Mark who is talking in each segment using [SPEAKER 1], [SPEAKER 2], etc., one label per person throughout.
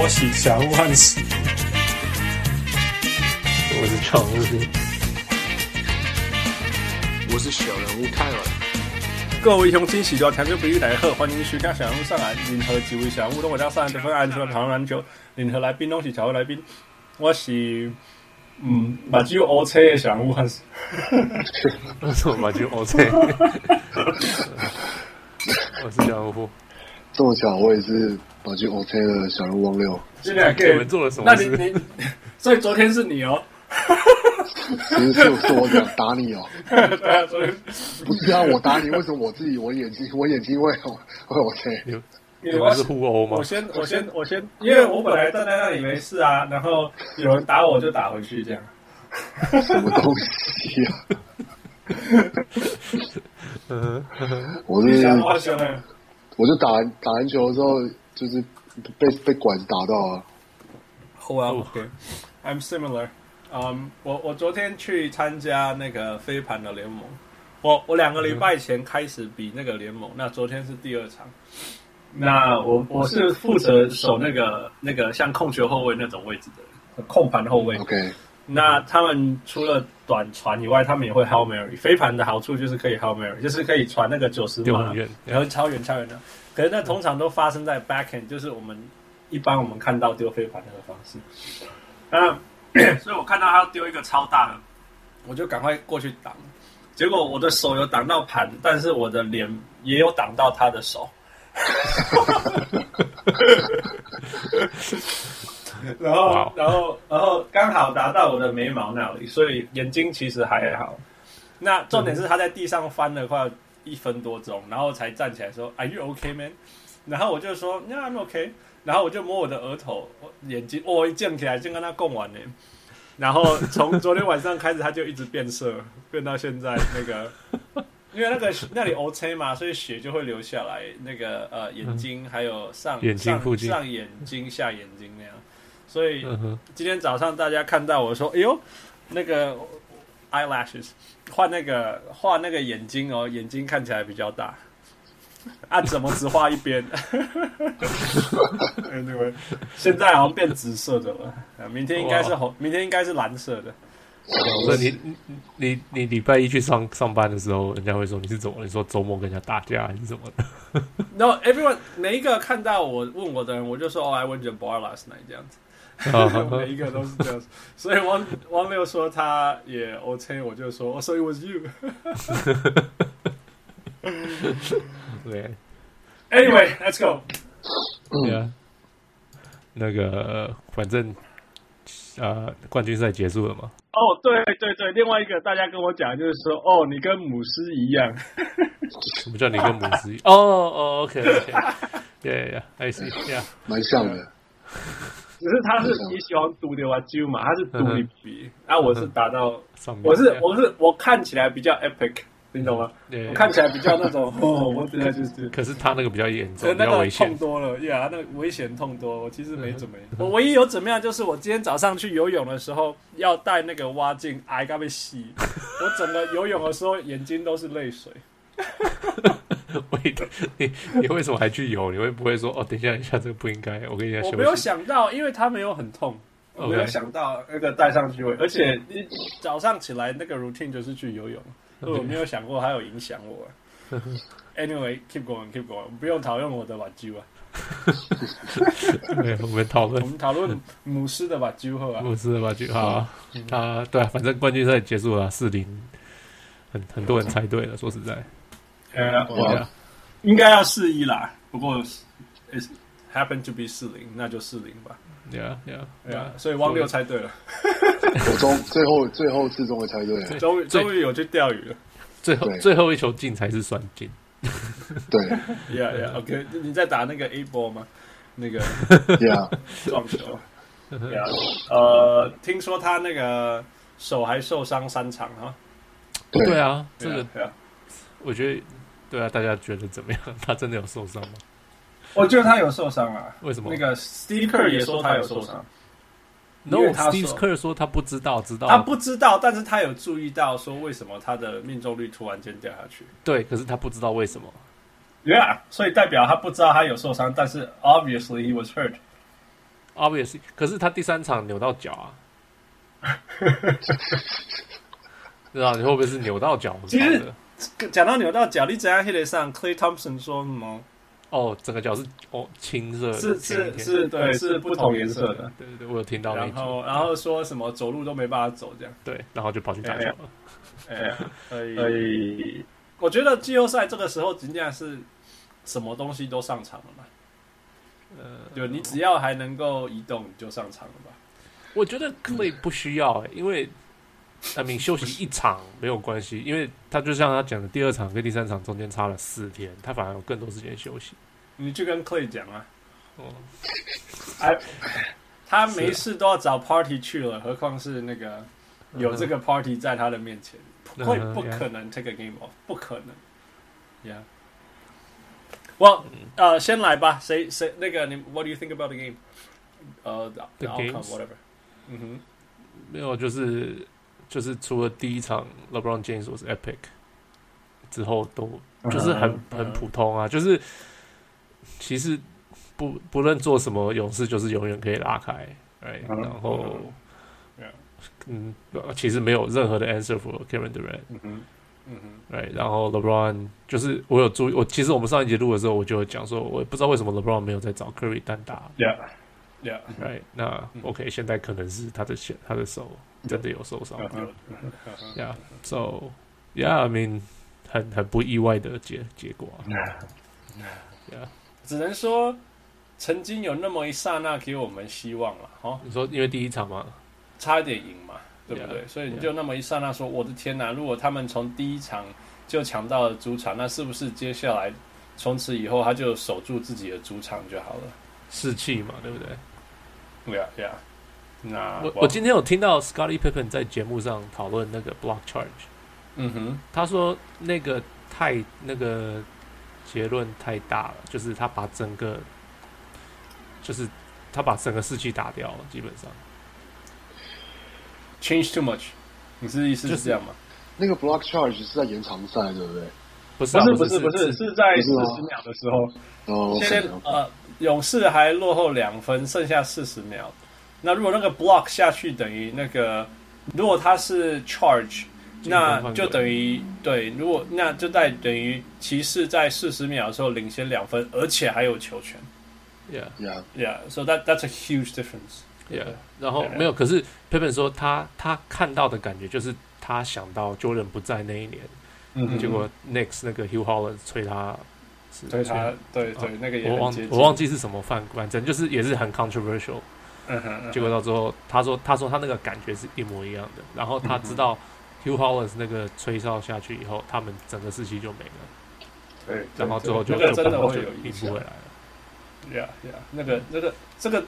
[SPEAKER 1] 我喜祥万喜，
[SPEAKER 2] 我是常务，
[SPEAKER 3] 我是小人物泰尔，
[SPEAKER 1] 各位雄心喜多强就不遇来贺，欢迎徐家小人物上来，联合几位小人物跟我到上来得分安出来长篮球，联合来宾拢是小来宾，我是嗯，目睭乌车的小人物万喜，
[SPEAKER 2] 我是我马军 OC，我是江户，
[SPEAKER 4] 这么巧，我也是跑去 OK 的小人物汪六，
[SPEAKER 1] 这两个
[SPEAKER 2] 你们做了什
[SPEAKER 1] 那
[SPEAKER 2] 么
[SPEAKER 1] 你
[SPEAKER 2] 事？
[SPEAKER 1] 你，所以昨天是你哦，
[SPEAKER 4] 其实是是我想打 你哦、
[SPEAKER 1] 对啊，昨天
[SPEAKER 4] 不是啊，我打你，为什么我自己我眼睛我眼睛会会 OK？
[SPEAKER 2] 你们
[SPEAKER 1] 你哦
[SPEAKER 2] 你们是互殴吗
[SPEAKER 1] 我？先，我先，我先，因为我本来站在那里没事啊，然后有人打我就打回去，这样。
[SPEAKER 4] 什么东西啊？
[SPEAKER 2] 嗯，
[SPEAKER 4] 我
[SPEAKER 1] 你
[SPEAKER 4] 是
[SPEAKER 1] 想花钱了？
[SPEAKER 4] 我就打篮打篮球的时候，就是被被管子打到啊。
[SPEAKER 1] 哦、oh,，OK，I'm、similar。嗯，我我昨天去参加那个飞盘的联盟，我我两个礼拜前开始比那个联盟，那昨天是第二场。那我我是负责守那个那个像控球后卫那种位置的控盘后卫。
[SPEAKER 4] 嗯 OK，
[SPEAKER 1] 那他们除了短传以外，他们也会 Hail Mary。飞盘的好处就是可以 Hail Mary，就是可以传那个九十
[SPEAKER 2] 丢
[SPEAKER 1] 码
[SPEAKER 2] 很远，
[SPEAKER 1] 然后超远超远的。可是那通常都发生在 backhand，就是我们一般我们看到丢飞盘那个方式。那所以我看到他丢一个超大的，我就赶快过去挡。结果我的手有挡到盘，但是我的脸也有挡到他的手。 然
[SPEAKER 2] 哇
[SPEAKER 1] 后
[SPEAKER 2] 哦，
[SPEAKER 1] 然后，然后刚好达到我的眉毛那里，所以眼睛其实还好。那重点是他在地上翻了快一分多钟，然后才站起来说：“Are you okay, man？” 然后我就说：“Yeah, I'm okay。”然后我就摸我的额头、我眼睛，我、一溅起来，就跟他共玩呢。然后从昨天晚上开始，他就一直变色，变到现在那 个，因为那个那里 O C 嘛，所以血就会流下来，那个呃眼睛还有上
[SPEAKER 2] 嗯眼睛附近
[SPEAKER 1] 上上眼睛、下眼睛那样。所以
[SPEAKER 2] 嗯哼，
[SPEAKER 1] 今天早上大家看到我说：“哎呦，那个 eyelashes 画那个画那个眼睛哦，眼睛看起来比较大。”啊，怎么只画一边 ？Anyway，现在好像变紫色的了。啊明天应该是红，明天应该是蓝色的。
[SPEAKER 2] 那你你你你礼拜一去上上班的时候，人家会说你是怎么？你说周末跟人家打架还是怎么 的？
[SPEAKER 1] 然后 everyone 每一个看到我问我的人，我就说：“哦，I went to bar last night。”这样子。每一个都是这样子。所以王王六说他也 OK，我就说、哦、，So it was you。
[SPEAKER 2] 对啊
[SPEAKER 1] Anyway，let's go。嗯
[SPEAKER 2] 对啊，那个反正呃，冠军赛结束了嘛，
[SPEAKER 1] 哦，对对对，另外一个大家跟我讲就是说，哦，你跟母狮一样，
[SPEAKER 2] 什么叫你跟母狮？哦哦，OK OK，Yeah，I see，Yeah。
[SPEAKER 4] 蛮像的。
[SPEAKER 1] 只是他是
[SPEAKER 2] 嗯
[SPEAKER 1] 你喜欢独流啊揪嘛，他是独立比，啊，我是打到，
[SPEAKER 2] 上面
[SPEAKER 1] 我是我是我看起来比较 epic，你懂吗？
[SPEAKER 2] 对
[SPEAKER 1] 我看起来比较那种，哦，我真的 就是。
[SPEAKER 2] 可是他那个比较严重，
[SPEAKER 1] 可
[SPEAKER 2] 比
[SPEAKER 1] 那
[SPEAKER 2] 较
[SPEAKER 1] 个
[SPEAKER 2] 危
[SPEAKER 1] 痛
[SPEAKER 2] 险。 嗯
[SPEAKER 1] 多了，呀、那个危险痛多。我其实没怎么样，我唯一有怎么样，就是我今天早上去游泳的时候要戴那个蛙镜，挨该被洗。我整个游泳的时候眼睛都是泪水。
[SPEAKER 2] 喂，你你为什么还去游？你会不会说哦？等一下，等一下，这个不应该，我跟你讲
[SPEAKER 1] 我没有
[SPEAKER 2] 休息。
[SPEAKER 1] 想到，因为它没有很痛，我
[SPEAKER 2] OK
[SPEAKER 1] 没有想到那个戴上去会，而且你早上起来那个 routine 就是去游泳，所以我没有想过它有影响我。Anyway，keep going，keep going，不用讨论我的瓦鸠啊，
[SPEAKER 2] 没有，我们讨
[SPEAKER 1] 我
[SPEAKER 2] 论
[SPEAKER 1] 们讨论母狮的瓦鸠后啊。
[SPEAKER 2] 我是吧？就好，他对啊，反正冠军赛结束了，四零，很很多人猜对了。说实在，
[SPEAKER 1] 呃，
[SPEAKER 2] 对
[SPEAKER 1] 我
[SPEAKER 2] 啊，
[SPEAKER 1] 应该要四一啦，不过 it happen to be 四零，那就四零吧。
[SPEAKER 2] 对啊，对啊，
[SPEAKER 1] 对啊，所以汪六猜对了，
[SPEAKER 4] 我终 最后最后次终会猜对了，
[SPEAKER 1] 终于
[SPEAKER 2] 最
[SPEAKER 1] 终于有去钓鱼了。
[SPEAKER 2] 最后
[SPEAKER 4] 对
[SPEAKER 2] 最后一球进才是算进。
[SPEAKER 4] 对
[SPEAKER 1] Yeah yeah，OK，你
[SPEAKER 2] 嗯
[SPEAKER 1] 在打那个 A ball 吗？那个。
[SPEAKER 4] ，Yeah，
[SPEAKER 1] 撞球。 对啊，呃，听说他那个手还受伤三场啊。
[SPEAKER 2] 对
[SPEAKER 4] 对，
[SPEAKER 2] 啊，这个
[SPEAKER 1] 对啊，
[SPEAKER 2] 我觉得，对啊，大家觉得怎么样？ 他真的有受伤吗？
[SPEAKER 1] 我觉得哦他有受伤啊。
[SPEAKER 2] 为什么
[SPEAKER 1] 那个 Steve Kerr 也说他有受伤，因为他
[SPEAKER 2] No，Steve
[SPEAKER 1] 说
[SPEAKER 2] Kerr 说他不知道，知道
[SPEAKER 1] 他不知道，但是他有注意到说为什么他的命中率突然间掉下去。
[SPEAKER 2] 对，可是他不知道为什么。
[SPEAKER 1] Yeah，所以代表他不知道他有受伤，但是 obviously he was hurt。
[SPEAKER 2] obviously，可是他第三场扭到脚啊， 知道你会不会是扭到脚？
[SPEAKER 1] 其实
[SPEAKER 2] 我不晓得
[SPEAKER 1] 讲到扭到脚，你怎样 hit 得上？Clay Thompson 说什么？
[SPEAKER 2] 哦，整个脚是哦青色的，
[SPEAKER 1] 是
[SPEAKER 2] 前
[SPEAKER 1] 是
[SPEAKER 2] 一天
[SPEAKER 1] 是，对，是不同颜色的。
[SPEAKER 2] 对对对，我有听到那一
[SPEAKER 1] 然
[SPEAKER 2] 集，
[SPEAKER 1] 后然后说什么走路都没办法走这样。
[SPEAKER 2] 对，然后就跑去打
[SPEAKER 1] 哎
[SPEAKER 2] 球
[SPEAKER 1] 呀
[SPEAKER 2] 了。
[SPEAKER 1] 哎，所以
[SPEAKER 3] 所以
[SPEAKER 1] 我觉得季后赛这个时候真的是什么东西都上场了嘛，
[SPEAKER 2] 呃，
[SPEAKER 1] 就你只要还能够移动，你就上场了吧。
[SPEAKER 2] 我觉得 Clay 不需要、欸，因为阿明休息一场没有关系，因为他就像他讲的，第二场跟第三场中间差了四天，他反而有更多时间休息。
[SPEAKER 1] 你去跟 Clay 讲啊，哎
[SPEAKER 2] 哦，
[SPEAKER 1] 他没事都要找 party 去了，何况是那个有这个 party 在他的面前，
[SPEAKER 2] 嗯
[SPEAKER 1] 会
[SPEAKER 2] 嗯
[SPEAKER 1] 不
[SPEAKER 2] yeah
[SPEAKER 1] 可能 take a game off，不可能。Yeah. Well，呃，
[SPEAKER 2] 嗯
[SPEAKER 1] 先来吧，谁谁那个你，What do you think about the game？呃、
[SPEAKER 2] The
[SPEAKER 1] the outcome
[SPEAKER 2] games？
[SPEAKER 1] whatever。嗯哼，
[SPEAKER 2] 没有，就是就是除了第一场 LeBron James 我是 epic 之后都
[SPEAKER 3] 嗯
[SPEAKER 2] 就是很、很普通啊，就是其实不不论做什么，勇士就是永远可以拉开，哎、
[SPEAKER 3] 嗯
[SPEAKER 2] 然后
[SPEAKER 1] 嗯
[SPEAKER 2] 嗯，其实没有任何的 answer for Kevin Durant。
[SPEAKER 3] 嗯哼，
[SPEAKER 1] 嗯哼，
[SPEAKER 2] 对，然后 LeBron 就是我有注意，我其实我们上一节录的时候我就有讲说，我不知道为什么 LeBron 没有在找 Curry 单打。
[SPEAKER 3] 呀，
[SPEAKER 1] yeah，
[SPEAKER 2] 对，那 OK，现在可能是他的手，他的手真的有受伤。
[SPEAKER 3] 嗯
[SPEAKER 1] 有呵呵
[SPEAKER 2] Yeah，so yeah，I mean，很很不意外的结结果啊。
[SPEAKER 1] 只能说曾经有那么一刹那给我们希望了，哦，
[SPEAKER 2] 你说因为第一场嘛，
[SPEAKER 1] 差一点赢嘛，对不对
[SPEAKER 2] Yeah,
[SPEAKER 1] 所以你就那么一刹那说，我的天哪！如果他们从第一场就抢到了主场，那是不是接下来从此以后他就守住自己的主场就好了？
[SPEAKER 2] 士气嘛，对不对？
[SPEAKER 1] 对呀，对呀。那
[SPEAKER 2] 我我今天有听到 Scotty Pippen 在节目上讨论那个 block charge，
[SPEAKER 1] 嗯哼，
[SPEAKER 2] 他说那个太那个结论太大了，就是他把整个就是他把整个士气打掉了，基本上
[SPEAKER 1] change too much，你是意思
[SPEAKER 2] 就是是
[SPEAKER 1] 这样吗？
[SPEAKER 4] 那个 block charge 是在延长赛，对不对？
[SPEAKER 2] 不是
[SPEAKER 3] 不
[SPEAKER 2] 啊、
[SPEAKER 3] 是
[SPEAKER 2] 不
[SPEAKER 3] 不是不是，
[SPEAKER 2] 是
[SPEAKER 3] 是在
[SPEAKER 4] 不是
[SPEAKER 3] 四
[SPEAKER 4] 吗
[SPEAKER 3] 十秒的时候，
[SPEAKER 4] 哦，
[SPEAKER 1] 现在呃，勇士还落后两分，剩下四十秒。那如果那个 block 下去，等于那个，如果他是 charge，
[SPEAKER 2] 进攻
[SPEAKER 1] 那
[SPEAKER 2] 犯规
[SPEAKER 1] 就等于对，如果那就在等于骑士在四十秒的时候领先两分，而且还有球权。
[SPEAKER 2] yeah
[SPEAKER 4] yeah，
[SPEAKER 1] Yeah，so that that's a huge difference。
[SPEAKER 2] yeah，然后
[SPEAKER 1] 对
[SPEAKER 2] 没有，可是 Pippen 说他他看到的感觉就是他想到 Jordan 不在那一年，
[SPEAKER 3] 嗯
[SPEAKER 2] 结果 Next 那个 Hugh Holland 吹他是
[SPEAKER 1] 对他，嗯啊对对
[SPEAKER 2] 哦，
[SPEAKER 1] 那个也
[SPEAKER 2] 我
[SPEAKER 1] 很
[SPEAKER 2] 忘
[SPEAKER 1] 接近。
[SPEAKER 2] 我忘记是什么犯规，反正就是也是很 controversial。
[SPEAKER 1] 嗯哼，嗯哼
[SPEAKER 2] 结果到最后，他说他说他那个感觉是一模一样的。然后他知道 Hugh Hollins 那个吹哨下去以后，他们整个士气就没了，
[SPEAKER 3] 对，
[SPEAKER 2] 然后最后就
[SPEAKER 1] 那个
[SPEAKER 2] 就
[SPEAKER 1] 真的
[SPEAKER 2] 就
[SPEAKER 1] 会有
[SPEAKER 2] 就
[SPEAKER 1] 影
[SPEAKER 2] 赢不
[SPEAKER 1] 响
[SPEAKER 2] 回来了。
[SPEAKER 1] Yeah, yeah，那个、那个、这个，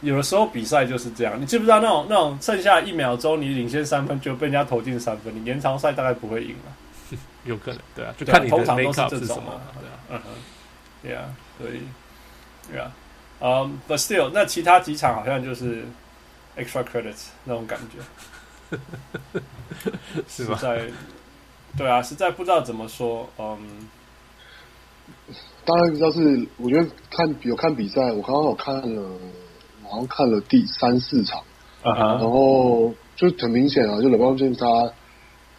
[SPEAKER 1] 有的时候比赛就是这样。你知不知道那种那种剩下一秒钟你领先三分就被人家投进三分，你延长赛大概不会赢了。
[SPEAKER 2] 有可能对啊，就
[SPEAKER 1] 对啊
[SPEAKER 2] 看你的
[SPEAKER 1] 通常
[SPEAKER 2] make
[SPEAKER 1] 都是
[SPEAKER 2] up
[SPEAKER 1] 这
[SPEAKER 2] 是什
[SPEAKER 1] 种
[SPEAKER 2] 么
[SPEAKER 1] 啊。
[SPEAKER 2] 对啊，
[SPEAKER 1] 嗯哼，Yeah，所以，Yeah，嗯、b u t still，那其他几场好像就是 extra credits 那种感觉，
[SPEAKER 2] 是
[SPEAKER 1] 实
[SPEAKER 2] 吗
[SPEAKER 1] 在，对啊，实在不知道怎么说，嗯、
[SPEAKER 4] 当然比较是，我觉得看有看比赛，我刚好看了，我好像看了第三四场，
[SPEAKER 3] 啊哈，
[SPEAKER 4] 然后就很明显啊，就 LeBron James 他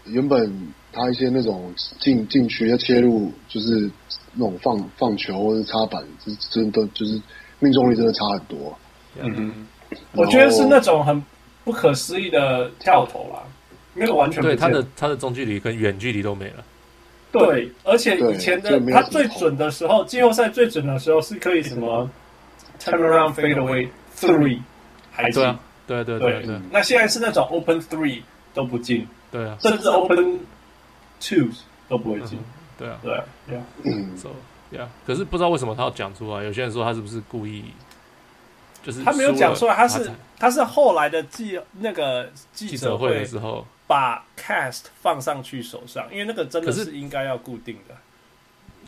[SPEAKER 4] 原本他一些那种禁禁区要切入，就是那种放放球或者插板，就是真的就是命中率真的差很多。
[SPEAKER 3] 嗯哼，
[SPEAKER 1] 我觉得是那种很不可思议的跳投啦，那个完全不
[SPEAKER 2] 对他
[SPEAKER 1] 见
[SPEAKER 2] 的他的中距离跟远距离都没了。
[SPEAKER 1] 对，而且以前的
[SPEAKER 4] 对这没有
[SPEAKER 1] 他
[SPEAKER 4] 什么
[SPEAKER 1] 最准的时候，季后赛最准的时候是可以什么 turn around fade away three 还进
[SPEAKER 2] 对，啊，对啊对啊对啊对啊
[SPEAKER 1] 那现在是那种 open three 都不进，
[SPEAKER 2] 对啊，
[SPEAKER 1] 甚至 open two 都不会进，
[SPEAKER 2] 对啊。
[SPEAKER 1] 对对啊
[SPEAKER 2] So yeah，可是不知道为什么他要讲出来。有些人说他是不是故意，就是
[SPEAKER 1] 他没有讲出来，他
[SPEAKER 2] 输
[SPEAKER 1] 是
[SPEAKER 2] 了
[SPEAKER 1] 他是后来的记那个记
[SPEAKER 2] 记
[SPEAKER 1] 者
[SPEAKER 2] 者会
[SPEAKER 1] 会
[SPEAKER 2] 的时候，
[SPEAKER 1] 把 cast 放上去手上，因为那个真的
[SPEAKER 2] 可是
[SPEAKER 1] 是应该要固定的。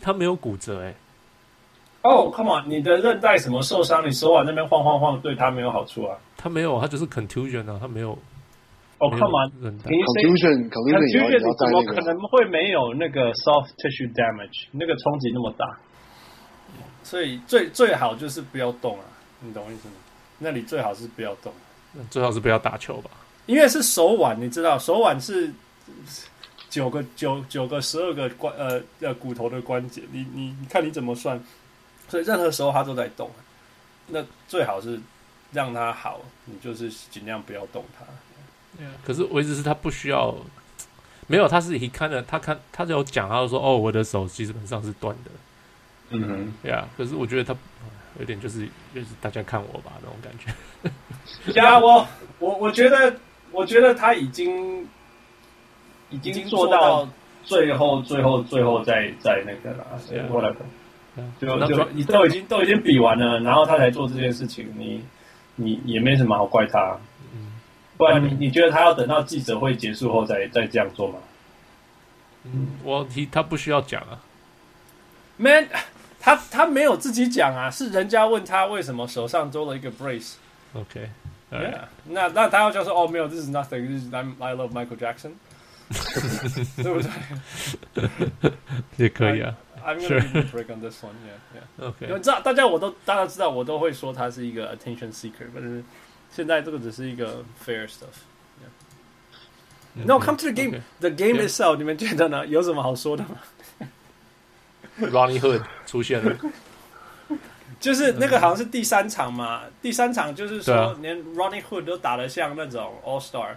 [SPEAKER 2] 他没有骨折哎、
[SPEAKER 1] 哦、c o m e on，你的韧带什么受伤，你手腕那边晃晃晃，对他没有好处啊。
[SPEAKER 2] 他没有，他就是 contusion 啊，他没有。
[SPEAKER 1] 哦、
[SPEAKER 2] 没
[SPEAKER 1] c
[SPEAKER 2] 有
[SPEAKER 1] o m e on，
[SPEAKER 2] 韧带
[SPEAKER 1] 你
[SPEAKER 4] Confusion Confusion 也要
[SPEAKER 1] Contusion
[SPEAKER 4] 也要
[SPEAKER 1] 怎么
[SPEAKER 4] 带
[SPEAKER 1] 可
[SPEAKER 4] 那个
[SPEAKER 1] 能会没有那个 soft tissue damage？那个冲击那么大，所以最最好就是不要动啊，你懂我意思吗？那里最好是不要动，
[SPEAKER 2] 最好是不要打球吧。
[SPEAKER 1] 因为是手腕，你知道，手腕是九个九九个十二个关呃呃骨头的关节，你你你看你怎么算，所以任何时候它都在动，那最好是让它好，你就是尽量不要动它。
[SPEAKER 2] 可是我一直是他不需要，没有，他是一看了，他看他就有讲，他就说哦，我的手基本上是断的，
[SPEAKER 3] 嗯哼，
[SPEAKER 2] 对啊。可是我觉得他有点就是就是大家看我吧那种感觉，
[SPEAKER 1] 加我
[SPEAKER 3] 我我觉得，我觉得他已经已
[SPEAKER 1] 已
[SPEAKER 3] 经
[SPEAKER 1] 经
[SPEAKER 3] 做
[SPEAKER 1] 到
[SPEAKER 3] 到最后，最后，最后再再那个了
[SPEAKER 2] Yeah.
[SPEAKER 3] ，whatever。
[SPEAKER 2] 对啊
[SPEAKER 3] 就
[SPEAKER 2] 那
[SPEAKER 3] 就
[SPEAKER 2] 主
[SPEAKER 3] 你都已经都已经比完了，然后他才做这件事情，你你也没什么好怪他。
[SPEAKER 2] 嗯
[SPEAKER 3] 不然你你觉得他要等到记者会结束后再再这样做吗？
[SPEAKER 2] 嗯，我提他不需要讲啊，
[SPEAKER 1] man，他他没有自己讲啊，是人家问他为什么手上多了一个 brace。
[SPEAKER 2] OK，
[SPEAKER 1] Yeah，那那他要就说哦，没有，this is nothing，this is I'm, I love Michael Jackson，对不对
[SPEAKER 2] 也可以啊。
[SPEAKER 1] ？I'm gonna give you a break on this one，yeah，yeah。
[SPEAKER 2] OK，
[SPEAKER 1] 因为知道大家我都大家知道我都会说他是一个 attention seeker，但是现在这个只是一个 fair stuff。
[SPEAKER 2] 嗯
[SPEAKER 1] No, come to the game.
[SPEAKER 2] OK
[SPEAKER 1] The game
[SPEAKER 2] Yeah.
[SPEAKER 1] is out. 你们觉得呢？有什么好说的吗？
[SPEAKER 2] Ronnie Hood 出现了，
[SPEAKER 1] 就是那个好像是第三场嘛，第三场就是说
[SPEAKER 2] 对啊
[SPEAKER 1] 连 Ronnie Hood 都打得像那种 All Star，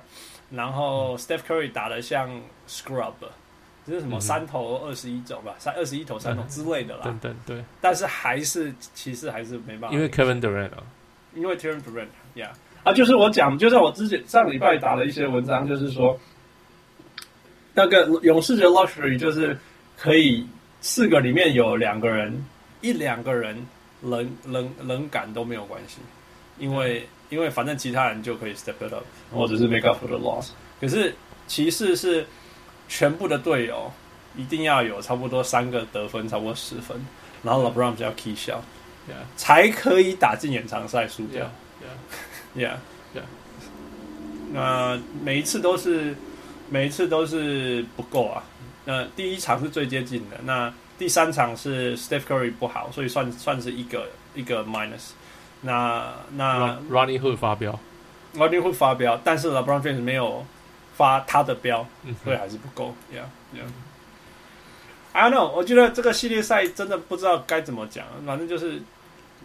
[SPEAKER 1] 然
[SPEAKER 3] 嗯
[SPEAKER 1] 后 Steph Curry 打得像 Scrub，这是什么
[SPEAKER 2] 嗯哼
[SPEAKER 1] 三投二十一种吧，三二十一投三
[SPEAKER 3] 嗯
[SPEAKER 1] 种之类的啦
[SPEAKER 2] 等。等，对，
[SPEAKER 1] 但是还是骑士还是没办法赢，
[SPEAKER 2] 因为 Kevin Durant 啊，
[SPEAKER 1] 因为 t e r r e n Durant，yeah，
[SPEAKER 3] 啊，就是我讲，就像我之前上礼拜打的一些文章，就是说，那个勇士的 luxury 就是可以四个里面有两个人，
[SPEAKER 1] 一两个人冷冷冷感都没有关系，因为
[SPEAKER 3] 嗯
[SPEAKER 1] 因为反正其他人就可以 step it up。
[SPEAKER 3] 或者是 make up for the loss。
[SPEAKER 1] 可是骑士是全部的队友一定要有差不多三个得分，超过十分，然后 LeBron 就要 key shot，
[SPEAKER 2] Yeah
[SPEAKER 1] 才可以打进延长赛输掉。
[SPEAKER 2] Yeah
[SPEAKER 1] Yeah.
[SPEAKER 2] Yeah.
[SPEAKER 3] 呃
[SPEAKER 1] 那每一次都是每一次都是不够啊。那第一场是最接近的，那第三场是 Steph Curry 不好，所以算算是一个一个 minus。那那
[SPEAKER 2] Ron- Ronnie Hood 发飙，
[SPEAKER 1] r o d n e y 会发飙，但是 LeBron James 没有发他的标，
[SPEAKER 2] 嗯
[SPEAKER 1] 所以还是不够。Yeah, yeah. I don't know，我觉得这个系列赛真的不知道该怎么讲，反正就是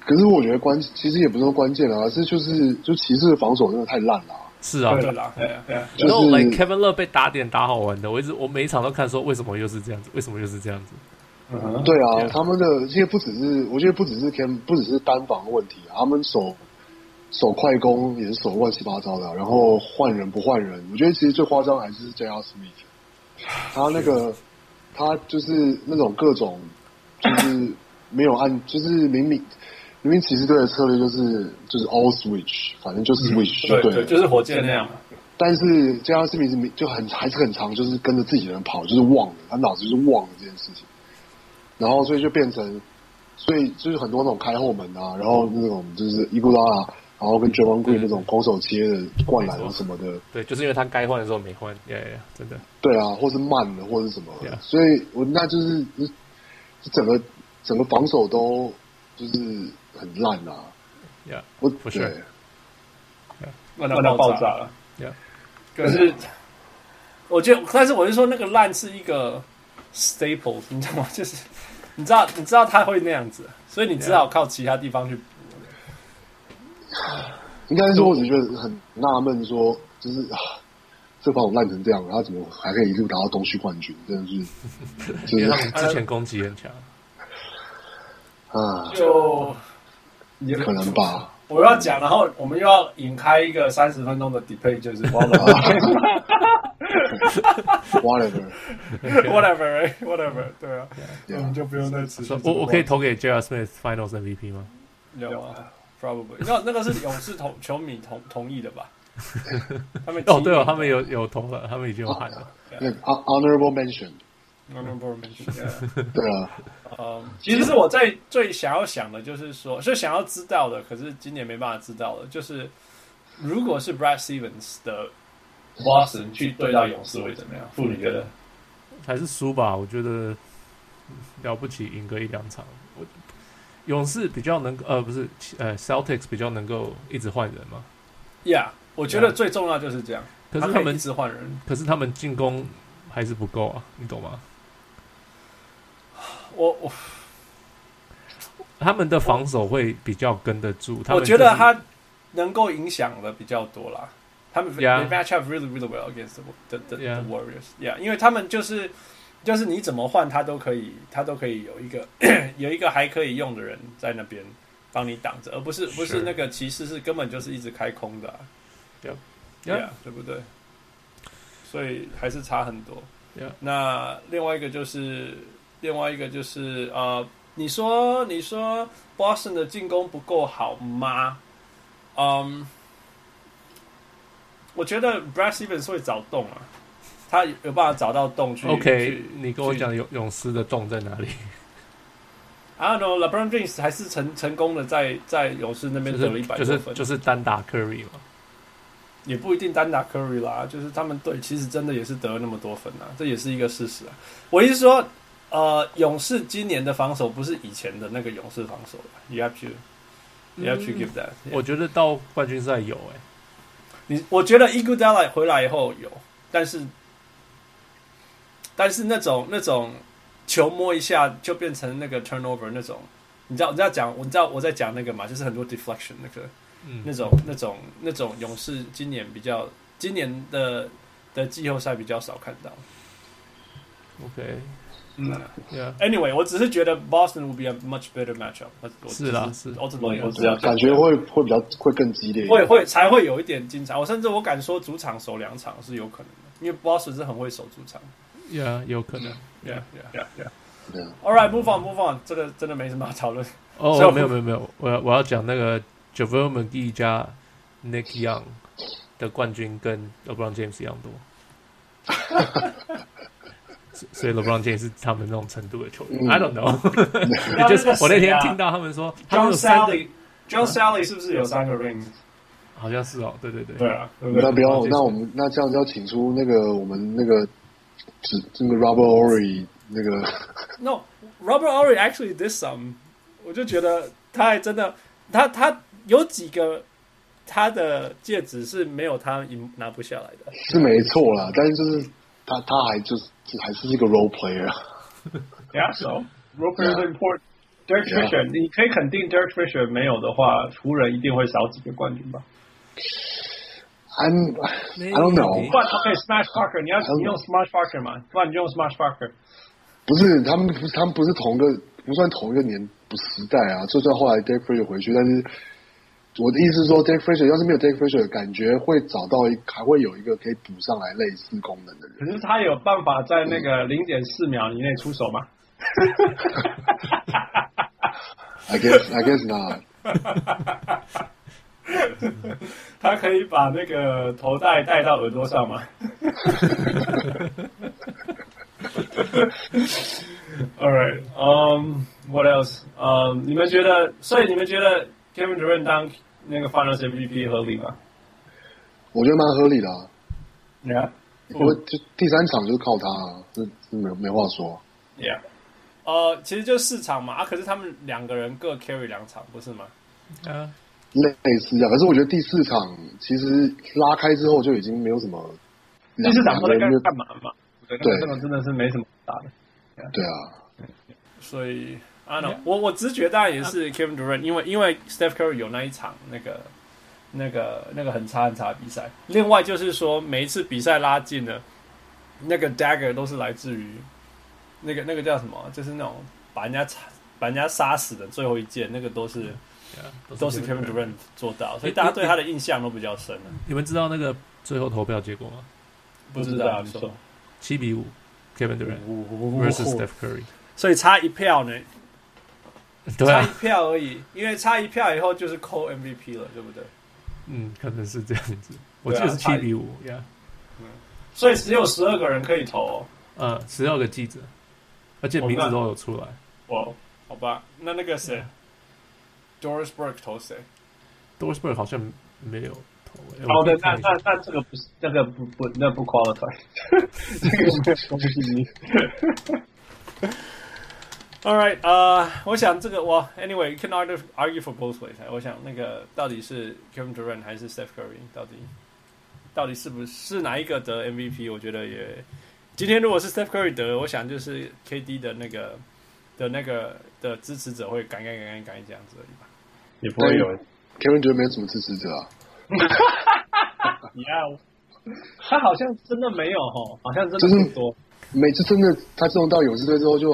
[SPEAKER 4] 可是我觉得关其实也不是说关键啊，是就是就骑士的防守真的太烂了啊、
[SPEAKER 2] 是啊，
[SPEAKER 1] 对啦，对啊
[SPEAKER 3] 对啊，
[SPEAKER 4] 就
[SPEAKER 2] 然后
[SPEAKER 4] 是
[SPEAKER 2] like Kevin Love 被打点打好玩的，我一直我每一场都看说为什么又是这样子，为什么又是这样子？
[SPEAKER 3] 嗯哼，
[SPEAKER 4] 对啊
[SPEAKER 2] Yeah.，
[SPEAKER 4] 他们的这些不只是，我觉得不只是 Cam，不只是单防的问题啊，他们手手快攻也是手乱七八糟的啊、然后换人不换人，我觉得其实最夸张还是 J.R. Smith，他那个他就是那种各种就是没有按， 就是明明明明骑士队的策略就是就是 all switch，反正就 switch 就
[SPEAKER 3] 对
[SPEAKER 4] 了，
[SPEAKER 3] 对，就是火箭那样嘛。
[SPEAKER 4] 但是 J.R. Smith 就很还是很长，就是跟着自己人跑，就是忘了，他脑子就是忘了这件事情，然后所以就变成，所以就是很多那种开后门啊，然后那种就是伊古拉啊，然后跟 j a m a n
[SPEAKER 2] 嗯
[SPEAKER 4] Green 那种空手切的灌篮啊什么的，
[SPEAKER 2] 对，就是因为他该换的时候没换，呀呀，真的，
[SPEAKER 4] 对啊，或是慢的，或是什么
[SPEAKER 2] Yeah.
[SPEAKER 4] 所以我那就是就整个整个防守都就是很烂啊，
[SPEAKER 2] 呀、
[SPEAKER 4] 我
[SPEAKER 2] For
[SPEAKER 4] 对
[SPEAKER 2] sure.
[SPEAKER 1] 乱
[SPEAKER 3] 快到爆炸了。
[SPEAKER 2] Yeah.
[SPEAKER 3] 可是
[SPEAKER 1] 我觉得，但是我是说那个烂是一个 staple，你知道吗？就是你知道，你知道他会那样子，所以你只好靠其他地方去补。
[SPEAKER 4] 应该是说，我只觉得很纳闷，说就是 啊，这把我烂成这样，他怎么还可以一路打到东区冠军？真的是，就
[SPEAKER 2] 因
[SPEAKER 4] 是
[SPEAKER 2] 为 他之前攻击很强，
[SPEAKER 4] 啊，
[SPEAKER 3] 就也
[SPEAKER 4] 可能吧。
[SPEAKER 3] 我要讲，然后我们又要引开一个三十分钟的 debate，就是 whatever，
[SPEAKER 4] Whatever，
[SPEAKER 1] Whatever，whatever，对啊，
[SPEAKER 4] 对
[SPEAKER 3] 我们
[SPEAKER 4] 啊，
[SPEAKER 3] 就不用再持续
[SPEAKER 2] 说
[SPEAKER 3] 这个
[SPEAKER 2] 我
[SPEAKER 3] 话题。
[SPEAKER 2] 我可以投给 J.R. Smith Finals MVP 吗？
[SPEAKER 1] 有啊，probably。那那个是勇士同球迷同同意的吧？他们
[SPEAKER 2] 哦，对哦，他们有有投了，他们已经有喊了。
[SPEAKER 4] 那个 hon- honorable mention，
[SPEAKER 1] memorable mention。
[SPEAKER 4] 对啊，
[SPEAKER 1] 嗯，其实我在最想要想的就是说，就想要知道的，可是今年没办法知道的，就是如果是 Brad Stevens 的
[SPEAKER 3] Boston 去对到勇士会怎么样？妇女觉得
[SPEAKER 2] 还是输吧，我觉得嗯了不起赢个一两场，我勇士比较能呃不是呃 Celtics 比较能够一直换人嘛，
[SPEAKER 3] Yeah，我觉得最重要就是这样。
[SPEAKER 2] 可
[SPEAKER 3] 他
[SPEAKER 2] 是他
[SPEAKER 3] 可以
[SPEAKER 2] 们
[SPEAKER 3] 一直换人，
[SPEAKER 2] 可是他们进攻还是不够啊，你懂吗？
[SPEAKER 3] 我我
[SPEAKER 2] 他们的防守会比较跟得住，他
[SPEAKER 3] 我
[SPEAKER 2] 们
[SPEAKER 3] 觉
[SPEAKER 2] 就
[SPEAKER 3] 得
[SPEAKER 2] 是
[SPEAKER 3] 他能够影响的比较多啦。他们
[SPEAKER 2] Yeah.
[SPEAKER 3] they match up really really well against the the, the, the
[SPEAKER 2] Yeah.
[SPEAKER 3] Warriors. Yeah，因为他们就是就是你怎么换他都可以，他都可以有一个 有一个还可以用的人在那边帮你挡着，而不是不是
[SPEAKER 2] Sure.
[SPEAKER 3] 那个骑士是根本就是一直开空的、啊。
[SPEAKER 2] Yep.
[SPEAKER 3] Yeah.
[SPEAKER 2] Yep.
[SPEAKER 3] 对不对？所以还是差很多。
[SPEAKER 2] Yeah.
[SPEAKER 3] 那另外一个就是另外一个就是呃，你说你说 Boston 的进攻不够好吗？嗯，我觉得 Brad Stevens 会找洞啊，他有办法找到洞去。
[SPEAKER 2] OK，
[SPEAKER 3] 去
[SPEAKER 2] 你跟我讲勇勇士的洞在哪里？
[SPEAKER 3] I don't know LeBron James 还是成成功的在在勇士那边
[SPEAKER 2] 就
[SPEAKER 3] 得了一
[SPEAKER 2] 是
[SPEAKER 3] 百
[SPEAKER 2] 就
[SPEAKER 3] 多
[SPEAKER 2] 是
[SPEAKER 3] 分，
[SPEAKER 2] 就是单打 Curry 嘛。
[SPEAKER 3] 也不一定单打 Curry 啦，就是他们队其实真的也是得了那么多分啊，这也是一个事实啊。我意思说，呃，勇士今年的防守不是以前的那个勇士防守了，You have to you have to
[SPEAKER 2] 嗯
[SPEAKER 3] give that、
[SPEAKER 2] 我觉得到冠军赛有哎、
[SPEAKER 3] 你我觉得 i g u d a l a 回来以后有，但是但是那种那种球摸一下就变成那个 turnover 那种，你知道你知道讲我知道我在讲那个嘛，就是很多 deflection 那个。那
[SPEAKER 2] 嗯，
[SPEAKER 3] 种那种那种勇士今年比较今年的的季后赛比较少看到。
[SPEAKER 2] OK，yeah，
[SPEAKER 3] 嗯，Anyway，我只是觉得 Boston would be a much better matchup 我。我
[SPEAKER 2] 是啦是
[SPEAKER 3] 我只我只我只
[SPEAKER 4] 对啊
[SPEAKER 3] 要
[SPEAKER 4] 感觉会会比较会更激烈一点。
[SPEAKER 3] 会会才会有一点精彩。我甚至我敢说主场守两场是有可能的，因为 Boston 是很会守主场。
[SPEAKER 2] yeah，有可能。
[SPEAKER 3] Yeah, yeah, yeah.
[SPEAKER 4] 对啊
[SPEAKER 3] All right, move on, move on。这个真的没什么好讨 论。
[SPEAKER 2] 哦、
[SPEAKER 3] So-
[SPEAKER 2] 没有没有没有，我要我要讲那个 JaVale McGee 加 Nick Young 的冠军跟 LeBron James 一样多，所所以 LeBron James 是他们那种程度的球员。I don't know，就是我那天听到他们说，他们
[SPEAKER 3] John
[SPEAKER 2] 有三个，
[SPEAKER 3] Sally。John Sally 是不是有三个 ring？
[SPEAKER 2] 好像是哦，对对对，
[SPEAKER 3] 对啊，对不对
[SPEAKER 4] 那不要，
[SPEAKER 3] James
[SPEAKER 4] 那我们那这样就要请出那个我们那个只那个 Robert Ory 那个
[SPEAKER 3] No, Robert Ory actually did some。我就觉得他还真的，他他有几个他的戒指是没有他赢拿不下来的。
[SPEAKER 4] 是没错啦，但是就是他他还就是还是一个 role player，啊
[SPEAKER 1] Yeah, so Roper is
[SPEAKER 4] Yeah.
[SPEAKER 1] important. Dirk
[SPEAKER 4] Yeah.
[SPEAKER 1] Fisher，、你可以肯定 Dirk Fisher 没有的话，湖人一定会少几个冠军吧？
[SPEAKER 4] I'm I don't know，
[SPEAKER 1] 不然他可以 Smash Parker，你要
[SPEAKER 4] 嗯
[SPEAKER 1] 你用 Smash Parker 嘛？不然你就用 Smash Parker。
[SPEAKER 4] 不是他们不是他们不是同一个不算同一个年不时代啊，就算后来 Dave Fisher 回去，但是我的意思是说 Dave Fisher 要是没有 Dave Fisher，感觉会找到一还会有一个可以补上来类似功能的人。
[SPEAKER 1] 可是他有办法在那个零点四秒以内出手吗？
[SPEAKER 4] I guess I guess not，
[SPEAKER 1] 他可以把那个头带戴到耳朵上吗？All right, um, what else? Um, 你们觉得，所以你们觉得 Kevin Durant 当那个 Finals MVP 合理吗
[SPEAKER 4] 我觉得蛮合理的、啊。
[SPEAKER 1] ？Yeah,
[SPEAKER 4] 因为就第三场就是靠他、啊，这这没没话说。
[SPEAKER 1] yeah.
[SPEAKER 3] 呃，其实就四场嘛，啊，可是他们两个人各 carry 两场，不是吗？
[SPEAKER 2] 啊，
[SPEAKER 4] 类似这样，可是我觉得第四场其实拉开之后就已经没有什么
[SPEAKER 1] 第
[SPEAKER 4] 两。
[SPEAKER 1] 四场不知道
[SPEAKER 4] 两
[SPEAKER 1] 该
[SPEAKER 4] 个人就
[SPEAKER 1] 干嘛嘛？对，那个真的是没什么打的。
[SPEAKER 4] 对啊，
[SPEAKER 3] 所以 I don't know，我我直觉当然也是 Kevin Durant，因为因为 Steph Curry 有那一场那个那个那个很差很差的比赛。另外就是说，每一次比赛拉近了，那个 dagger 都是来自于那个那个叫什么，就是那种把人家插把人家杀死的最后一箭，那个都是
[SPEAKER 2] Yeah，
[SPEAKER 3] 都是 Kevin
[SPEAKER 2] Durant
[SPEAKER 3] Durant 做到，所以大家对他的印象都比较深了。
[SPEAKER 2] 你们知道那个最后投票结果吗？
[SPEAKER 3] 不
[SPEAKER 1] 知
[SPEAKER 3] 知
[SPEAKER 1] 道
[SPEAKER 3] 道
[SPEAKER 1] 你
[SPEAKER 3] 你
[SPEAKER 1] 说
[SPEAKER 3] 说
[SPEAKER 2] 七比五，Kevin Durant versus Steph Curry。
[SPEAKER 3] 所以差一票呢，
[SPEAKER 2] 对
[SPEAKER 3] 差一
[SPEAKER 2] 啊，
[SPEAKER 3] 票而已，因为差一票以后就是扣 MVP 了，对不对？
[SPEAKER 2] 嗯，可能是这样子。我记得是七比五，Yeah，
[SPEAKER 3] 所以只有十二个人可以投哦、
[SPEAKER 2] 呃，十二个记者，而且名字都有出来。
[SPEAKER 3] 哇，好吧，那那个谁，Doris Burke 投谁？
[SPEAKER 2] Dorsberg 好像没有投诶。
[SPEAKER 1] 好
[SPEAKER 3] 哦
[SPEAKER 2] 我可
[SPEAKER 1] 的
[SPEAKER 2] 以，
[SPEAKER 1] 哦那
[SPEAKER 2] 看一下
[SPEAKER 1] 那那这个不是，那个不不，那不 qualify，这个没有东西。
[SPEAKER 3] All right，呃、我想这个我 anyway，you can argue argue for both ways。我哎想那个到底是 Kevin Durant 还是 Steph Curry，到底到底是不是是哪一个得 MVP？我觉得也，今天如果是 Steph Curry 得，我想就是 KD 的那个的那个的支持者会赶赶赶赶赶这样子而已吧。
[SPEAKER 1] 也不会有
[SPEAKER 4] Kevin 觉得没有什么支持者啊，
[SPEAKER 1] Yeah，他好像真的没有哦，好像真
[SPEAKER 4] 就
[SPEAKER 1] 的
[SPEAKER 4] 是
[SPEAKER 1] 不多。
[SPEAKER 4] 每次真的他自从到勇士队之后就，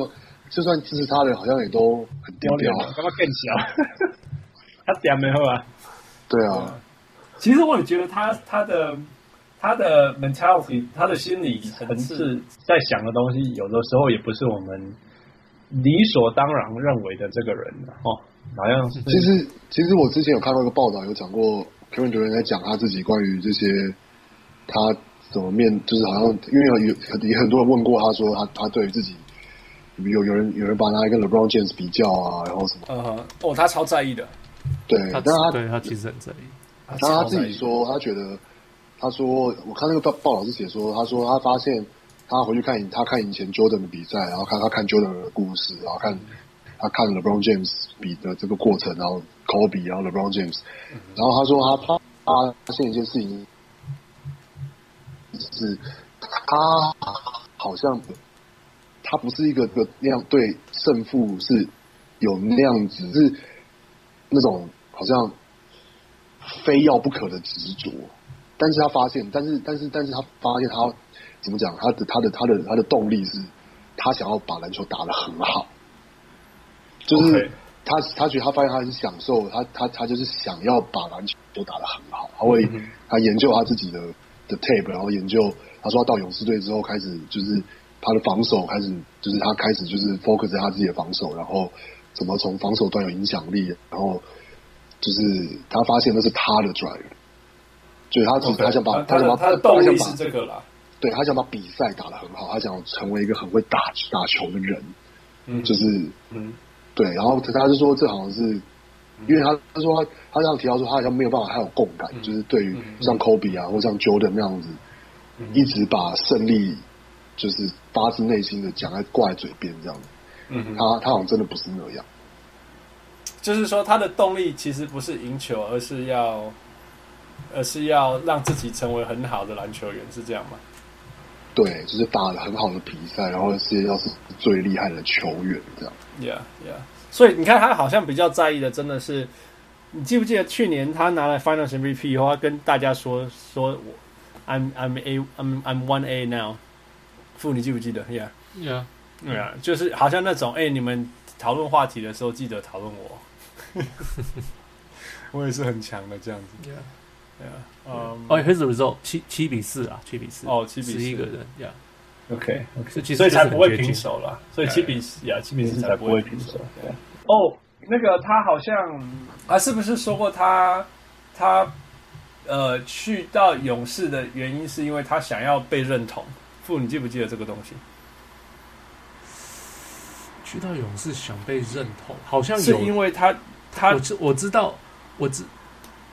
[SPEAKER 4] 就算支持他的人好像也都很低
[SPEAKER 1] 丢脸啊
[SPEAKER 4] 调。
[SPEAKER 1] 了，干嘛更小？ 他点没有啊？
[SPEAKER 4] 对啊，
[SPEAKER 1] 其实我也觉得他他的他的 mentality，他的心理层次在想的东西，有的时候也不是我们理所当然认为的这个人啊哦，好像是
[SPEAKER 4] 其实其实我之前有看到一个报道，有讲过 Kevin 觉得在讲他自己关于这些他怎么面，就是好像因为有有也很多人问过他说他他对于自己有有人有人把他跟 LeBron James 比较啊，然后什么
[SPEAKER 3] 嗯哼，哦，他超在意的，
[SPEAKER 4] 对，
[SPEAKER 2] 他
[SPEAKER 4] 但他
[SPEAKER 2] 对他其实很在意，
[SPEAKER 3] 他
[SPEAKER 4] 然
[SPEAKER 3] 超
[SPEAKER 4] 后他自
[SPEAKER 3] 在
[SPEAKER 4] 己
[SPEAKER 3] 意。
[SPEAKER 4] 说，他觉得，他说，我看那个报报道是写说，他说他发现他回去看以他看以前 Jordan 的比赛，然后看他看 Jordan 的故事，然后看他看 LeBron James 比的这个过程，然后 Kobe，然后 LeBron James，然后他说他他他发现一件事情，就是他好像他不是一个个那样对胜负是有那样子是那种好像非要不可的执着。但是他发现，但是但是但是他发现他怎么讲，他的他的他的他的动力是，他想要把篮球打得很好，就是
[SPEAKER 1] OK
[SPEAKER 4] 他他觉得他发现他很享受，他他他就是想要把篮球打得很好，他
[SPEAKER 3] 嗯
[SPEAKER 4] 会、他研究他自己的的 tape，然后研究他说他到勇士队之后开始就是他的防守开始就是他开始就是 focus 在他自己的防守，然后怎么从防守端有影响力，然后就是他发现那是他的 drive，就是他只他想把
[SPEAKER 3] 呃他
[SPEAKER 4] 想把
[SPEAKER 3] 的他的动力是这个啦。
[SPEAKER 4] 对他想把比赛打得很好，他想成为一个很会打打球的人，
[SPEAKER 3] 嗯
[SPEAKER 4] 就是
[SPEAKER 3] 嗯
[SPEAKER 4] 对，然后他就说这好像是，因为他他说他他这样提到说他好像没有办法还有共感，
[SPEAKER 3] 嗯
[SPEAKER 4] 就是对于像 Kobe 啊或像 Jordan 那样子，
[SPEAKER 3] 嗯
[SPEAKER 4] 一直把胜利就是发自内心的讲在挂在嘴边这样子，
[SPEAKER 3] 嗯哼，
[SPEAKER 4] 他他好像真的不是那样，
[SPEAKER 3] 就是说他的动力其实不是赢球，而是要而是要让自己成为很好的篮球员，是这样吗？
[SPEAKER 4] 对，就是打了很好的比赛，然后世界上是最厉害的球员这样，
[SPEAKER 3] Yeah, yeah。所以你看，他好像比较在意的，真的是，你记不记得去年他拿了 Finals MVP 以后，他跟大家说说我，I'm I'm a I'm I'm one A now。傅，你记不记得？Yeah，
[SPEAKER 2] 呀，
[SPEAKER 3] 对啊，就是好像那种，哎、你们讨论话题的时候记得讨论我。我也是很强的这样子
[SPEAKER 2] Yeah.
[SPEAKER 3] ，Yeah，嗯，
[SPEAKER 2] 哦，Here's the result，七七比四啊，七比四，
[SPEAKER 3] 哦七比四
[SPEAKER 2] 十一个人呀，
[SPEAKER 1] OK，
[SPEAKER 2] 这其实
[SPEAKER 3] 所以
[SPEAKER 2] 就是
[SPEAKER 3] 才
[SPEAKER 2] 很
[SPEAKER 3] 不会
[SPEAKER 2] 接近
[SPEAKER 3] 平手啦，所以七比呀，七比
[SPEAKER 1] 平时
[SPEAKER 3] 四
[SPEAKER 1] 才
[SPEAKER 3] 才
[SPEAKER 1] 不
[SPEAKER 3] 不
[SPEAKER 1] 会
[SPEAKER 3] 会
[SPEAKER 1] 平
[SPEAKER 3] 平
[SPEAKER 1] 手
[SPEAKER 3] 手。。
[SPEAKER 1] 对哦，那个他好像
[SPEAKER 3] 他啊是不是说过他他呃去到勇士的原因是因为他想要被认同？傅，你记不记得这个东西？
[SPEAKER 2] 去到勇士想被认同，好像
[SPEAKER 3] 是
[SPEAKER 2] 有
[SPEAKER 3] 因为他他
[SPEAKER 2] 我知我知道，我知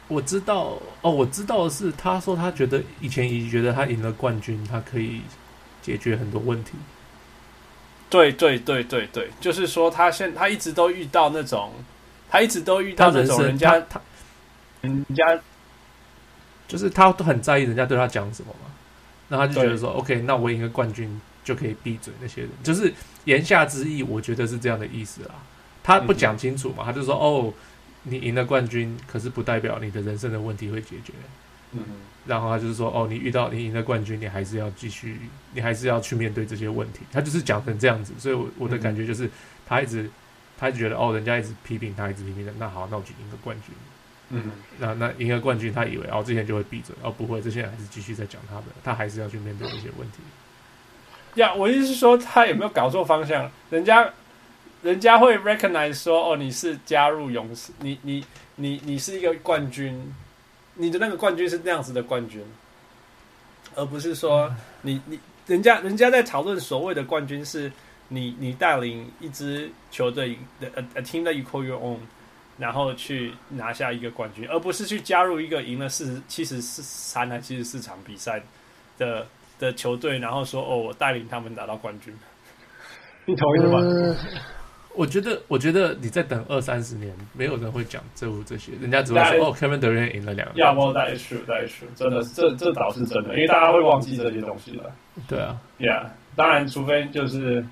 [SPEAKER 2] 我知道哦，我知道的是他说他觉得以前已经觉得他赢了冠军，他可以解决很多问题。
[SPEAKER 3] 对对对对对，就是说他现他一直都遇到那种，他一直都遇
[SPEAKER 2] 他
[SPEAKER 3] 到那
[SPEAKER 2] 人
[SPEAKER 3] 种
[SPEAKER 2] 生
[SPEAKER 3] 人家
[SPEAKER 2] 他他
[SPEAKER 1] 人家
[SPEAKER 2] 就是他都很在意人家对他讲什么嘛，那他就觉得
[SPEAKER 3] 对
[SPEAKER 2] 说 OK，那我赢了冠军就可以闭嘴那些人，就是言下之意，我觉得是这样的意思啦。他不讲清楚嘛，他就说哦，你赢了冠军，可是不代表你的人生的问题会解决。
[SPEAKER 3] 嗯
[SPEAKER 2] 然后他就是说，哦，你遇到你赢了冠军，你还是要继续，你还是要去面对这些问题。他就是讲成这样子，所以我我的感觉就是，他一直他一直觉得，哦，人家一直批评他，一直批评他，那好，那我就赢个冠军。
[SPEAKER 3] 嗯，
[SPEAKER 2] 那那赢了冠军，他以为哦，这些人就会闭嘴，哦，不会，这些人还是继续在讲他的，他还是要去面对这些问题。
[SPEAKER 3] 呀，我意思是说他有没有搞错方向？人家人家会 recognize 说，哦，你是加入勇士，你你你你是一个冠军，你的那个冠军是那样子的冠军，而不是说你你人家人家在讨论所谓的冠军是你你带领一支球队的 a, a team that you call your own。然后去拿下一个冠军，而不是去加入一个赢了四十七十四三还七十四场比赛的的球队，然后说哦，我带领他们拿到冠军。
[SPEAKER 4] 嗯
[SPEAKER 1] 你同意吗？
[SPEAKER 4] 呃
[SPEAKER 2] 我觉得，我觉得你再等二三十年，没有人会讲这这些，人家只会
[SPEAKER 3] 对
[SPEAKER 2] 说哦，Kevin Durant 赢了两
[SPEAKER 3] 亚
[SPEAKER 2] 个。
[SPEAKER 3] 猫带去带去，真的是这这倒是真的，因为大家会忘记这些东西了。
[SPEAKER 2] 对 啊，
[SPEAKER 3] Yeah，当然，除非就是，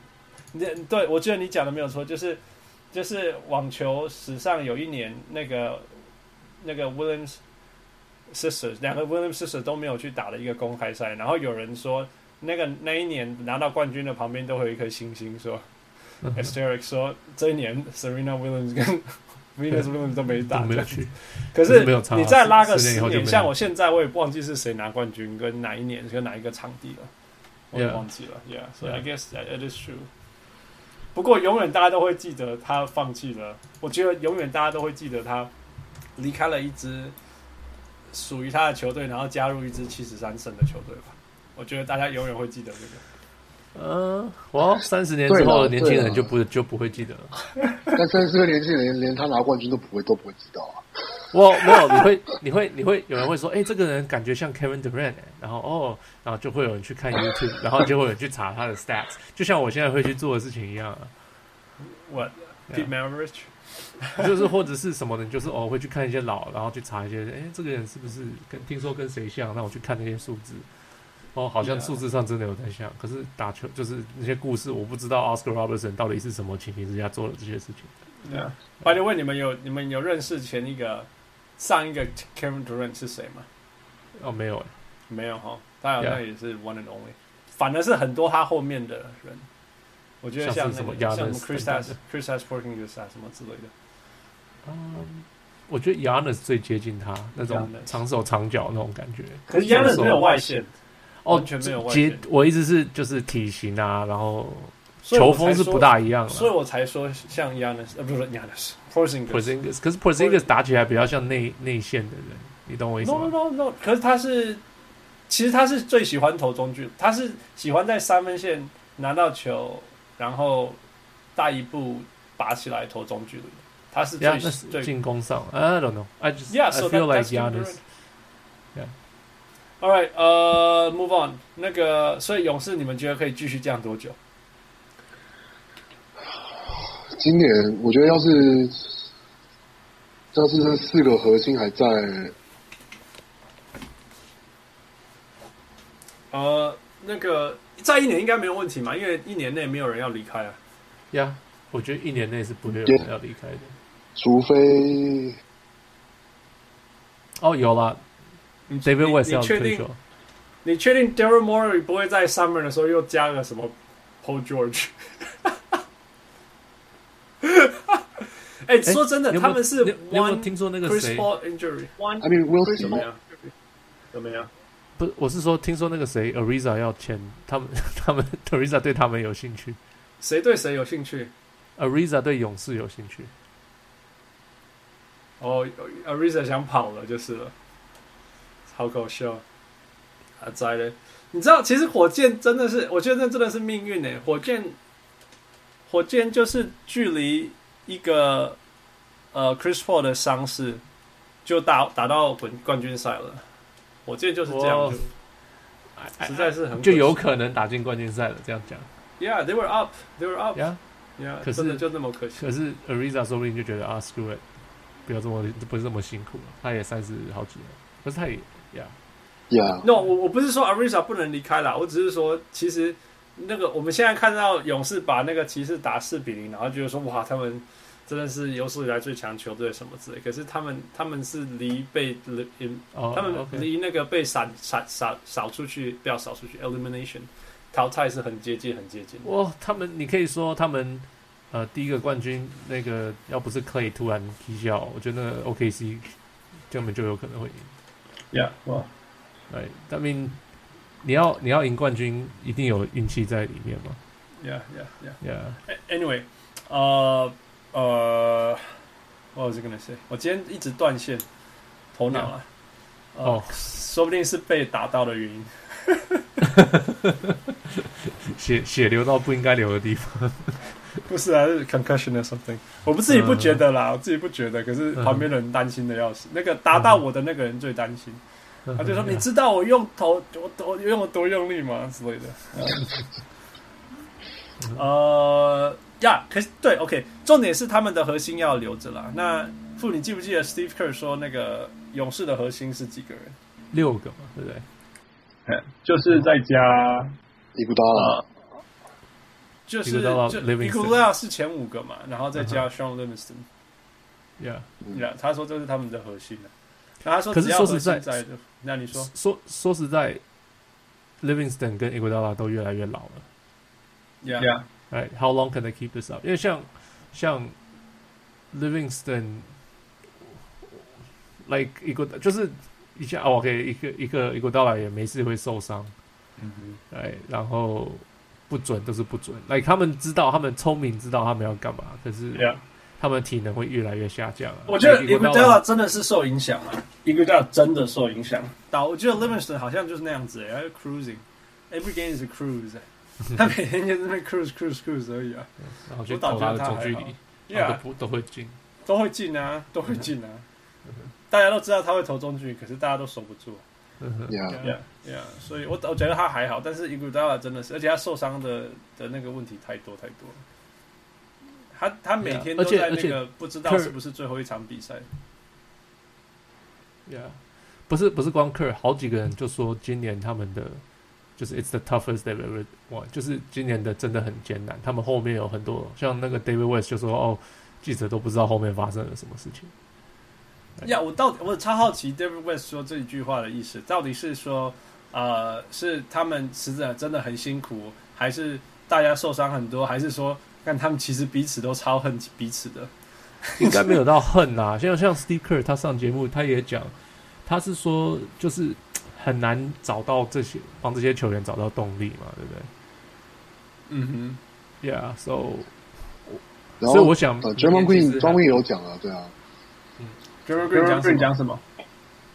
[SPEAKER 3] 你对我记得你讲的没有错，就是就是网球史上有一年那个那个 Williams sisters 两个 Williams sisters 都没有去打的一个公开赛，然后有人说那个那一年拿到冠军的旁边都会有一颗星星说 e s t e r i c 说这一年 Serena Williams 跟 Venus Williams 都没
[SPEAKER 2] 都
[SPEAKER 3] 打，
[SPEAKER 2] 没有去。
[SPEAKER 3] 可是
[SPEAKER 2] 没有差啊
[SPEAKER 3] 你再拉个
[SPEAKER 2] 十年以
[SPEAKER 3] 十
[SPEAKER 2] 后就
[SPEAKER 3] 年，
[SPEAKER 2] 没有
[SPEAKER 3] 像我现在我也忘记是谁拿冠军，跟哪一年跟哪一个场地了， 我也
[SPEAKER 2] Yeah.
[SPEAKER 3] 忘记了。Yeah, so I
[SPEAKER 2] Yeah.
[SPEAKER 3] guess that it is true. 不过永远大家都会记得他放弃了，我觉得永远大家都会记得他离开了一支属于他的球队，然后加入一支七十三胜的球队吧。我觉得大家永远会记得这个。
[SPEAKER 2] 嗯，哇，三十年
[SPEAKER 4] 对
[SPEAKER 2] 之
[SPEAKER 4] 啦
[SPEAKER 2] 后的年轻
[SPEAKER 4] 对
[SPEAKER 2] 人
[SPEAKER 4] 啦
[SPEAKER 2] 就不就不会记得了。
[SPEAKER 4] 但三四个年纪人连连他拿冠军都不会都不会知道啊。
[SPEAKER 2] 我没有，你会你会你会有人会说，哎、这个人感觉像 Kevin Durant，、欸、然后哦，然后就会有人去看 YouTube，然后就会有人去查他的 stats，就像我现在会去做的事情一样、啊，
[SPEAKER 3] What Pete Maravich？
[SPEAKER 2] 就是或者是什么的，你就是哦会去看一些老，然后去查一些，哎、这个人是不是跟听说跟谁像？那我去看那些数字，哦，好像
[SPEAKER 3] Yeah.
[SPEAKER 2] 数字上真的有在像，可是打球就是那些故事，我不知道 Oscar Robertson 到底是什么情形之下做了这些事情。
[SPEAKER 3] Yeah. By the way，你们有你们有认识前一个上一个 Kevin Durant 是谁吗？
[SPEAKER 2] 哦，没有、欸，
[SPEAKER 3] 没有哈，他好像也是 one and only，反而是很多他后面的人，我觉得
[SPEAKER 2] 像
[SPEAKER 3] 像那
[SPEAKER 2] 是什么
[SPEAKER 3] 个
[SPEAKER 2] Giannis
[SPEAKER 3] 像什么 Chris
[SPEAKER 2] 等等
[SPEAKER 3] Has Chris Has Working Chris Has 什么之类的，
[SPEAKER 2] 嗯，我觉得 Yanis 最接近他那种
[SPEAKER 3] Giannis
[SPEAKER 2] 长手长脚那种感觉。
[SPEAKER 3] 可是
[SPEAKER 2] 像
[SPEAKER 3] Yanis
[SPEAKER 2] 是
[SPEAKER 3] 没有外线，
[SPEAKER 2] 哦，
[SPEAKER 3] 完全没有外
[SPEAKER 2] 结
[SPEAKER 3] 线
[SPEAKER 2] 我意思是就是体型啊，然后
[SPEAKER 3] 所以
[SPEAKER 2] 球
[SPEAKER 3] 我才说
[SPEAKER 2] 风是不，大一样啊
[SPEAKER 3] 所以
[SPEAKER 2] 的。
[SPEAKER 3] 我才说像 Yanis 呃不是 Yanis Porzingis。
[SPEAKER 2] Porzingis，可是 Porzingis 打起来比较像内内线的人，你懂我意思
[SPEAKER 3] No
[SPEAKER 2] 吗？
[SPEAKER 3] no no no，可是他是，其实他是最喜欢投中距，他是喜欢在三分线拿到球，然后大一步拔起来投中距离，他是最
[SPEAKER 2] 呀，那是
[SPEAKER 3] 最
[SPEAKER 2] 进攻上，I don't know. I just
[SPEAKER 3] Yeah,
[SPEAKER 2] I
[SPEAKER 3] so
[SPEAKER 2] feel
[SPEAKER 3] that,
[SPEAKER 2] like
[SPEAKER 3] that's Kevin
[SPEAKER 2] Yanis.
[SPEAKER 3] Durant.
[SPEAKER 2] Yeah.
[SPEAKER 3] All right, 呃、m o v e on. 那个，所以勇士，你们觉得可以继续这样多久？
[SPEAKER 4] 今年我觉得要是要是这四个核心还在，
[SPEAKER 3] 呃、那个在一年应该没有问题嘛，因为一年内没有人要离开啊。
[SPEAKER 2] 呀，我觉得一年内是不会有人要离开的。
[SPEAKER 4] 除非
[SPEAKER 2] 哦，有啦
[SPEAKER 3] 你
[SPEAKER 2] ，David West
[SPEAKER 3] 你
[SPEAKER 2] 要
[SPEAKER 3] 你确
[SPEAKER 2] 退
[SPEAKER 3] 定
[SPEAKER 2] 休？
[SPEAKER 3] 你确定 Daryl Morey 不会在 Summer 的时候又加个什么 Paul George？哎、
[SPEAKER 2] 哎
[SPEAKER 3] 说真的，
[SPEAKER 2] 你有没
[SPEAKER 3] 他
[SPEAKER 2] 有
[SPEAKER 3] 们是
[SPEAKER 2] 你有你有没有
[SPEAKER 3] one
[SPEAKER 2] 听说那个
[SPEAKER 3] Chris
[SPEAKER 2] 谁？
[SPEAKER 3] Paul injury one
[SPEAKER 4] I mean we'll
[SPEAKER 3] 怎
[SPEAKER 4] see
[SPEAKER 3] 么。样？怎么样？
[SPEAKER 2] 不，我是说，听说那个谁 Ariza 要签他们， 他们 Ariza 对他们有兴趣
[SPEAKER 3] 谁对谁有兴趣？
[SPEAKER 2] ，Ariza 对勇士有兴趣。
[SPEAKER 3] 哦，Ariza 想跑了就是了，好搞笑啊！栽嘞，你知道，其实火箭真的是，我觉得那真的是命运呢、欸火箭，火箭就是距离一个呃 Chris Paul 的伤势，就打打到冠冠军赛了。火箭就是这样
[SPEAKER 2] 哇
[SPEAKER 3] 子，
[SPEAKER 2] 哎
[SPEAKER 3] 就
[SPEAKER 2] 哎
[SPEAKER 3] 实在是很
[SPEAKER 2] 就有
[SPEAKER 3] 可
[SPEAKER 2] 可能打进冠军赛了。这样讲
[SPEAKER 3] 惜 Yeah, they were up, they were up.
[SPEAKER 2] 呀
[SPEAKER 3] Yeah，
[SPEAKER 2] 可是
[SPEAKER 3] 真的就那么可惜
[SPEAKER 2] 可。是 Ariza 说不定就觉得啊，screw it，不要这么不是这么辛苦了。他也三十好几了，可是他也呀
[SPEAKER 4] Yeah，
[SPEAKER 3] No，我我不是说 Ariza 不能离开啦，我只是说，其实那个我们现在看到勇士把那个骑士打四比零，然后觉得说哇，他们真的是有史以来最强球队什么之类。可是他们他们是离被
[SPEAKER 2] 哦，
[SPEAKER 3] 他们
[SPEAKER 2] OK
[SPEAKER 3] 离那个被闪闪闪扫出去，不要扫出去 elimination 淘汰是很接近很接近的。
[SPEAKER 2] 哇，他们你可以说他们呃第一个冠军那个要不是 Clay 突然踢笑，我觉得 OKC 根本就有可能会赢。
[SPEAKER 3] Yeah，哇、
[SPEAKER 2] 哎，但明你要你要赢冠军，一定有运气在里面嘛
[SPEAKER 3] yeah yeah yeah。
[SPEAKER 2] ？Yeah，
[SPEAKER 3] Anyway，呃呃，我是跟你 say，我今天一直断线，头脑啊，呃
[SPEAKER 2] 哦
[SPEAKER 3] 说不定是被打到的原 因。
[SPEAKER 2] 血血流到不应该流的地方。
[SPEAKER 3] 不是啊，是 concussion or something。我嗯不自己不觉得啦，我自己不觉得，可是
[SPEAKER 2] 嗯
[SPEAKER 3] 旁边的人担心的要死。那个打到我的那个人最担心，啊他就说：“你
[SPEAKER 2] Yeah
[SPEAKER 3] 知道我用头，我我嗯 用我多用力吗？”之类的。呃，呀可是对，OK，重点是他们的核心要留着啦。那傅，你记不记得 Steve Kerr 说那个勇士的核心是几个人？
[SPEAKER 2] 六个嘛，对不对？
[SPEAKER 1] 就是再加
[SPEAKER 4] 伊古达
[SPEAKER 2] 啊
[SPEAKER 4] 拉，
[SPEAKER 3] 就是就
[SPEAKER 2] Iguodala
[SPEAKER 3] i
[SPEAKER 2] Livingston
[SPEAKER 3] g u l a 是前五个嘛，然后再加 Sean Livingston，
[SPEAKER 2] Yeah，
[SPEAKER 3] 呀、他说这是他们的核心啊。然后他说
[SPEAKER 2] 嗯可是
[SPEAKER 3] 只要
[SPEAKER 2] 说
[SPEAKER 3] 核
[SPEAKER 2] 实
[SPEAKER 3] 心
[SPEAKER 2] 在
[SPEAKER 3] 在就，那你说
[SPEAKER 2] 说说实在，Livingston 跟 Iguodala 都越来越老了。
[SPEAKER 3] 呀
[SPEAKER 1] Yeah
[SPEAKER 2] Right, how long can they keep this up？因为像像 Livingston，like 一个就是以前哦，给、o k 一个一个一个到来也没事会受伤，嗯哎，然后不准都是不准，like 他们知道他们聪明知道他们要干嘛，可是
[SPEAKER 3] Yeah
[SPEAKER 2] 他们体能会越来越下降啊。
[SPEAKER 3] 我觉得
[SPEAKER 2] Like
[SPEAKER 3] i g u d a l a
[SPEAKER 2] Iguodala-
[SPEAKER 3] 真的是受影响啊 i g u d a l a 真的受影响。到我觉得 Livingston 好像就是那样子、欸，然后 cruising，every game is a cruise，、他欸 每天就在那边 cruise cruise cruise 而已啊。
[SPEAKER 2] 然后去
[SPEAKER 3] 我倒
[SPEAKER 2] 投
[SPEAKER 3] 觉
[SPEAKER 2] 他
[SPEAKER 3] 得
[SPEAKER 2] 的
[SPEAKER 3] 他
[SPEAKER 2] 中
[SPEAKER 3] 还
[SPEAKER 2] 距
[SPEAKER 3] 好
[SPEAKER 2] 离，然后
[SPEAKER 3] Yeah，
[SPEAKER 2] 都不都会进。
[SPEAKER 3] 都会进啊，都会进啊。大家都知道他会投中距，可是大家都守不住。啊
[SPEAKER 2] 嗯哼
[SPEAKER 4] 呀，
[SPEAKER 3] Yeah, yeah. 所以我我觉得他还好，但是 Iguodala 真的是，而且他受伤的的那个问题太多太多了。他他每天
[SPEAKER 2] Yeah，
[SPEAKER 3] 都
[SPEAKER 2] 而且
[SPEAKER 3] 在
[SPEAKER 2] 而
[SPEAKER 3] 那
[SPEAKER 2] 且
[SPEAKER 3] 个不知道
[SPEAKER 2] Kerr-
[SPEAKER 3] 是不是最后一场比赛。
[SPEAKER 2] Yeah，不是不是光 Kerr，好几个人就说今年他们的就是 It's the toughest they've ever won，就是今年的真的很艰难。他们后面有很多像那个 David West 就说哦，记者都不知道后面发生了什么事情。
[SPEAKER 3] 呀、我到底我超好奇 David West 说这一句话的意思，到底是说，呃，是他们死者真的很辛苦，还是大家受伤很多，还是说，看他们其实彼此都超恨彼此的？
[SPEAKER 2] 应该没有到恨啦。 像像 Steve Kerr 他上节目他也讲，他是说就是很难找到这些帮这些球员找到动力嘛，对不对
[SPEAKER 3] 嗯
[SPEAKER 2] ？Yeah，so
[SPEAKER 4] 然
[SPEAKER 2] 所以我
[SPEAKER 4] 后
[SPEAKER 2] 想
[SPEAKER 4] 呃 j e r m a n Green
[SPEAKER 2] 专
[SPEAKER 4] John Green 有讲啊，对啊，
[SPEAKER 3] 哼 j e r e
[SPEAKER 1] g r
[SPEAKER 3] Green 讲
[SPEAKER 1] e
[SPEAKER 3] 什
[SPEAKER 1] n
[SPEAKER 3] 么？
[SPEAKER 1] 讲什么？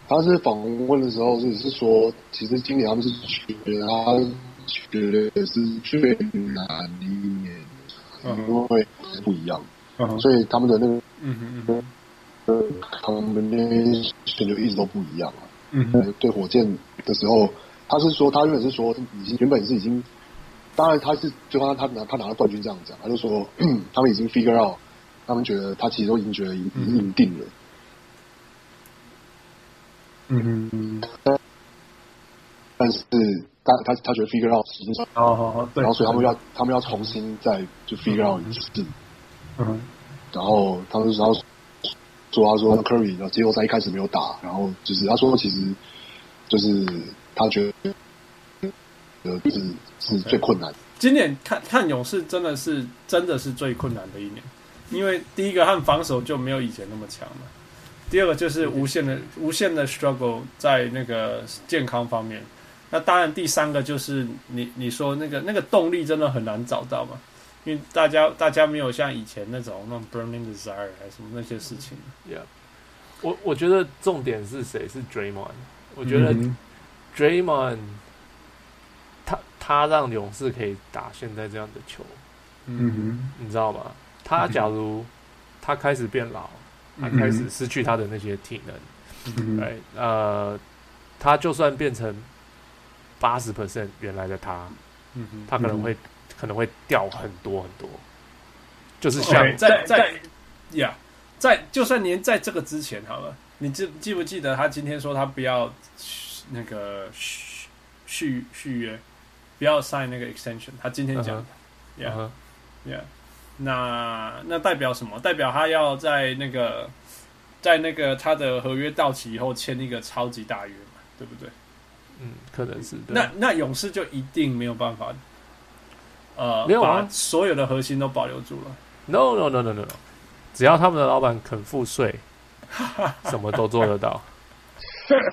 [SPEAKER 4] 他是访问的时候是是说，其实今年他们是觉得他觉得是最难的一年，
[SPEAKER 2] 嗯
[SPEAKER 4] 因为不一样，
[SPEAKER 1] 嗯哼
[SPEAKER 4] 所以他们的那个
[SPEAKER 3] 嗯哼嗯哼，
[SPEAKER 4] 呃 combination 就一直都不一样啊。
[SPEAKER 1] 嗯哼
[SPEAKER 4] 呃对火箭的时候，他是说他原本是说已经原本是已经，当然他是就他他拿他拿了冠军这样啊讲，他就说 他们已经 figure out，他们觉得他其实都已经觉得已已经赢定了，
[SPEAKER 1] 嗯哼，
[SPEAKER 4] 但是他他他觉得 figure out 已经，
[SPEAKER 1] 哦好好好，对，
[SPEAKER 4] 然后所以他们要他们要重新再就 figure out 一次，
[SPEAKER 1] 嗯哼
[SPEAKER 4] 然后他们然后说他说 Curry 然后季后赛一开始没有打，然后就是他说其实就是他觉得呃是是最困难的。
[SPEAKER 3] 今年看看勇士真的是真的是最困难的一年，因为第一个他们防守就没有以前那么强了，第二个就是
[SPEAKER 1] 嗯
[SPEAKER 3] 无限的无限的 struggle 在那个健康方面。那当然，第三个就是你你说那个那个动力真的很难找到嘛，因为大家大家没有像以前那种那种 burning desire 还是什么那些事情。
[SPEAKER 2] Yeah，我我觉得重点是谁是 Draymond，我觉得
[SPEAKER 1] 嗯
[SPEAKER 2] Draymond 他他让勇士可以打现在这样的球，
[SPEAKER 1] 嗯哼，
[SPEAKER 2] 你知道吗？他假如他开始变老，他
[SPEAKER 3] 嗯
[SPEAKER 2] 开始失去他的那些体能，
[SPEAKER 1] 嗯哼
[SPEAKER 2] 哎、呃，他就算变成八十 percent 原来的他，
[SPEAKER 3] 嗯哼，
[SPEAKER 2] 他可能
[SPEAKER 1] 嗯
[SPEAKER 2] 会、可能会掉很多很多，就是像
[SPEAKER 3] OK，在在呀在就算您在这个之前好了，你记记不记得他今天说他不要续那个续续续约，不要 sign 那个 extension，他今天讲的
[SPEAKER 2] 嗯哼
[SPEAKER 3] yeah, yeah. 那那代表什么？代表他要在那个在那个他的合约到期以后签一个超级大约嘛，对不对？
[SPEAKER 2] 嗯，可能是对
[SPEAKER 3] 那那勇士就一定没有办法，呃，
[SPEAKER 2] 没有啊
[SPEAKER 3] 把所有的核心都保留住了。
[SPEAKER 2] No no no no no，no. 只要他们的老板肯付税， 什么都做得到。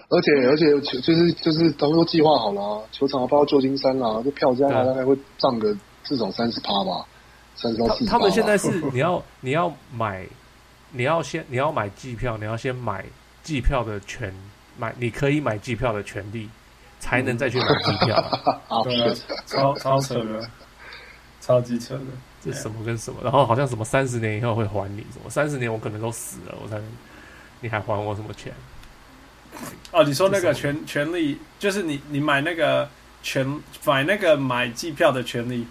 [SPEAKER 4] 而且而且就就是就是，他们都计划好了、啊，球场要搬到旧金山啦、这票价大概会涨个至少三十趴吧，三十到
[SPEAKER 2] 他
[SPEAKER 4] 四十。
[SPEAKER 2] 他们现在是你要你要买，你要先你要买机票，你要先买机票的权，买你可以买机票的权利，才能再去买机票啊、
[SPEAKER 4] 啊，
[SPEAKER 3] 对啊，超超扯的，超级扯的。
[SPEAKER 2] 这什么跟什么，然后好像什么三十年以后会还你什么，三十年我可能都死了，我才能你还还我什么钱？
[SPEAKER 3] 哦，你说那
[SPEAKER 2] 这
[SPEAKER 3] 个
[SPEAKER 2] 什
[SPEAKER 3] 权权利，就是你你买那个权买那个买机票的权利，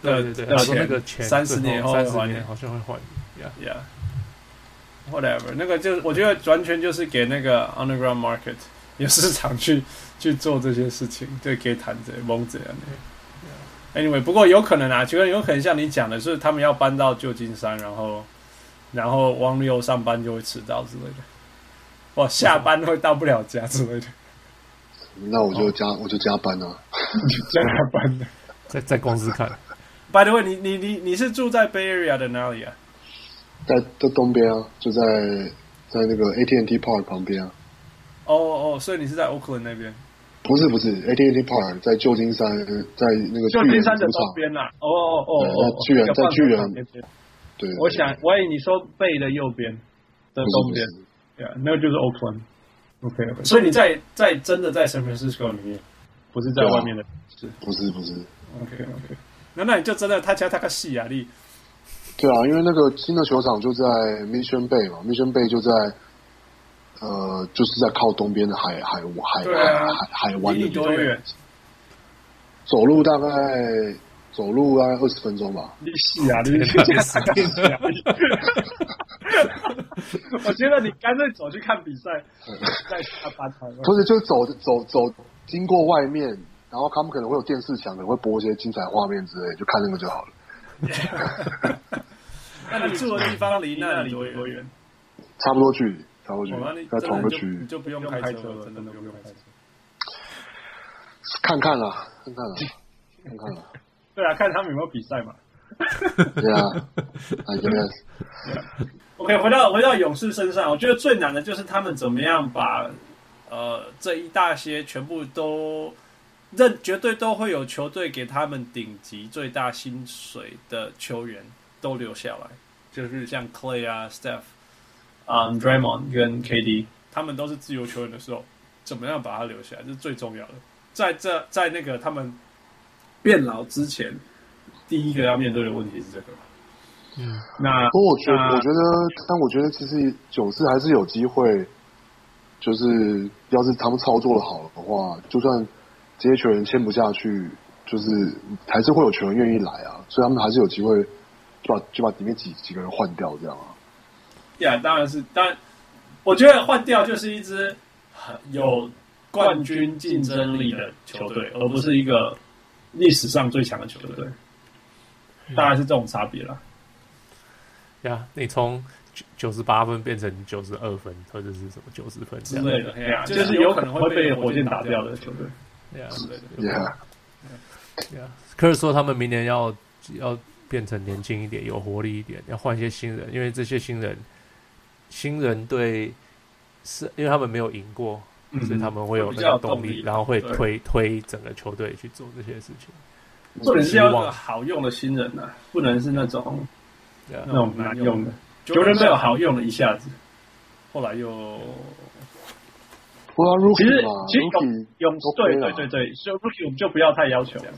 [SPEAKER 2] 对对对，
[SPEAKER 3] 要
[SPEAKER 2] 他说
[SPEAKER 3] 钱
[SPEAKER 2] 那个钱
[SPEAKER 3] 30年以后
[SPEAKER 2] 三
[SPEAKER 3] 会
[SPEAKER 2] 十
[SPEAKER 3] 还
[SPEAKER 2] 年
[SPEAKER 3] 你
[SPEAKER 2] 好像会还你，yeah，
[SPEAKER 3] Yeah. Whatever，那个就是我觉得完全就是给那个 underground market 有市场去去做这些事情，对，给谈这蒙这样的。Anyway，不过有可能啊，觉得有可能像你讲的是，他们要搬到旧金山，然后然后汪六上班就会迟到之类的，哇，下班会到不了家之类的，
[SPEAKER 4] 那我就加、我就加班啊。
[SPEAKER 3] 加班的。
[SPEAKER 2] 在在公司 看，
[SPEAKER 3] By the way，你你你你是住在 Bay Area 的哪里啊？
[SPEAKER 4] 在在东边啊，就在在那个 AT&T Park 旁边啊。
[SPEAKER 3] 哦哦，所以你是在 Oakland 那边，
[SPEAKER 4] 不是不是，AT&T Park 在旧金山，在那个巨
[SPEAKER 3] 旧
[SPEAKER 4] 人
[SPEAKER 3] 金
[SPEAKER 4] 主
[SPEAKER 3] 山的
[SPEAKER 4] 场
[SPEAKER 3] 东。边啦。哦哦哦
[SPEAKER 4] 对
[SPEAKER 3] 哦
[SPEAKER 4] 在，巨人
[SPEAKER 3] 要放
[SPEAKER 4] 在巨人
[SPEAKER 3] 旁边
[SPEAKER 4] 对，对
[SPEAKER 3] 我想，我以为你说背的右边的
[SPEAKER 4] 对
[SPEAKER 3] 东
[SPEAKER 4] 不
[SPEAKER 3] 边
[SPEAKER 4] 是，不是
[SPEAKER 3] 对啊，那个就是 Oakland。OK，所以你在在真的在 San Francisco 里面，不是在
[SPEAKER 4] 对啊
[SPEAKER 3] 外面的。
[SPEAKER 4] 不是不是，
[SPEAKER 3] OK OK，那那你就真的他加他个戏啊，你
[SPEAKER 4] 对啊，因为那个新的球场就在 Mission Bay 嘛，Mission Bay 就在呃，就是在靠东边的海海海
[SPEAKER 3] 对啊
[SPEAKER 4] 海海海湾
[SPEAKER 3] 离
[SPEAKER 4] 那
[SPEAKER 3] 你多
[SPEAKER 4] 边，
[SPEAKER 3] 远？
[SPEAKER 4] 走路大概走路大概二十分钟吧。
[SPEAKER 3] 你戏啊，你去加他个戏 啊！我觉得你干脆走去看比赛，再下班好了。
[SPEAKER 4] 不是，就是走走走，经过外面，然后他们可能会有电视墙，可能会播一些精彩画面之类，就看那个就好了。
[SPEAKER 3] 那你住的地方离那里多远？
[SPEAKER 4] 差不多距离，差不多距
[SPEAKER 3] 我那
[SPEAKER 4] 离
[SPEAKER 3] 你，
[SPEAKER 4] 在同一个
[SPEAKER 3] 真的
[SPEAKER 4] 区
[SPEAKER 3] 就你
[SPEAKER 4] 域，
[SPEAKER 3] 就不用
[SPEAKER 1] 不用
[SPEAKER 3] 开
[SPEAKER 1] 开
[SPEAKER 3] 车
[SPEAKER 1] 车
[SPEAKER 3] 了，
[SPEAKER 1] 了
[SPEAKER 3] 真的不用开车。
[SPEAKER 4] 看看啦，看看啦，看看啦，
[SPEAKER 3] 对啊，看他们有没有比赛嘛。
[SPEAKER 4] 对啊，I guess，
[SPEAKER 3] OK，回到回到勇士身上，我觉得最难的就是他们怎么样把呃这一大些全部都认，绝对都会有球队给他们顶级最大薪水的球员都留下来，就是像 Clay 啊、Steph 啊、Draymond 跟 KD，他们都是自由球员的时候，怎么样把他留下来，这是最重要的。在这在那个他们变老之前，第一个要面对的问题是这个。
[SPEAKER 2] 嗯，
[SPEAKER 3] 那
[SPEAKER 4] 不过我觉得，
[SPEAKER 3] 那
[SPEAKER 4] 我觉得，但我觉得其实勇士还是有机会，就是要是他们操作的好的话，就算这些球员签不下去，就是还是会有球员愿意来啊，所以他们还是有机会就把就把里面几几个人换掉这样啊。
[SPEAKER 3] 呀，当然是，当然，我觉得换掉就是一支很有冠军竞争力的球队，而不是一个历史上最强的球队。当然是这种差别了。
[SPEAKER 2] 呀，你从九九十八分变成九十二分，或者是什么九十分这
[SPEAKER 3] 之
[SPEAKER 2] 样
[SPEAKER 3] 类的，哎呀，
[SPEAKER 1] 就
[SPEAKER 3] 就是是
[SPEAKER 1] 有
[SPEAKER 3] 有
[SPEAKER 1] 可
[SPEAKER 3] 可
[SPEAKER 1] 能
[SPEAKER 3] 能
[SPEAKER 1] 会
[SPEAKER 3] 会
[SPEAKER 1] 被
[SPEAKER 3] 被
[SPEAKER 1] 火
[SPEAKER 3] 火
[SPEAKER 1] 箭
[SPEAKER 3] 箭
[SPEAKER 1] 打
[SPEAKER 3] 打
[SPEAKER 1] 掉
[SPEAKER 3] 掉
[SPEAKER 1] 的
[SPEAKER 3] 的
[SPEAKER 1] 球
[SPEAKER 3] 球
[SPEAKER 1] 队
[SPEAKER 3] 队。
[SPEAKER 2] 呀
[SPEAKER 3] 之类的。
[SPEAKER 4] Yeah，
[SPEAKER 2] 呀，科尔说他们明年要要变成年轻一点，有活力一点，要换一些新人，因为这些新人新人对是因为他们没有赢过，所以他们会有
[SPEAKER 3] 比
[SPEAKER 2] 那
[SPEAKER 3] 较
[SPEAKER 2] 个
[SPEAKER 3] 有
[SPEAKER 2] 动
[SPEAKER 3] 动力
[SPEAKER 2] 力，然后会
[SPEAKER 3] 对
[SPEAKER 2] 推推整个球队去做这些事情。
[SPEAKER 3] 重点是要一个好用的新人啊，不能是那种
[SPEAKER 2] 对啊
[SPEAKER 3] 那种难用的。Jordan b 好用了一下子，后来又
[SPEAKER 4] 不过啊
[SPEAKER 3] 其
[SPEAKER 4] Rookie
[SPEAKER 3] 实
[SPEAKER 4] 嘛
[SPEAKER 3] 其实
[SPEAKER 4] ，Rookie
[SPEAKER 3] 用对
[SPEAKER 4] OK 啦
[SPEAKER 3] 对对对，所以 Rookie 我们就不要太要求这样。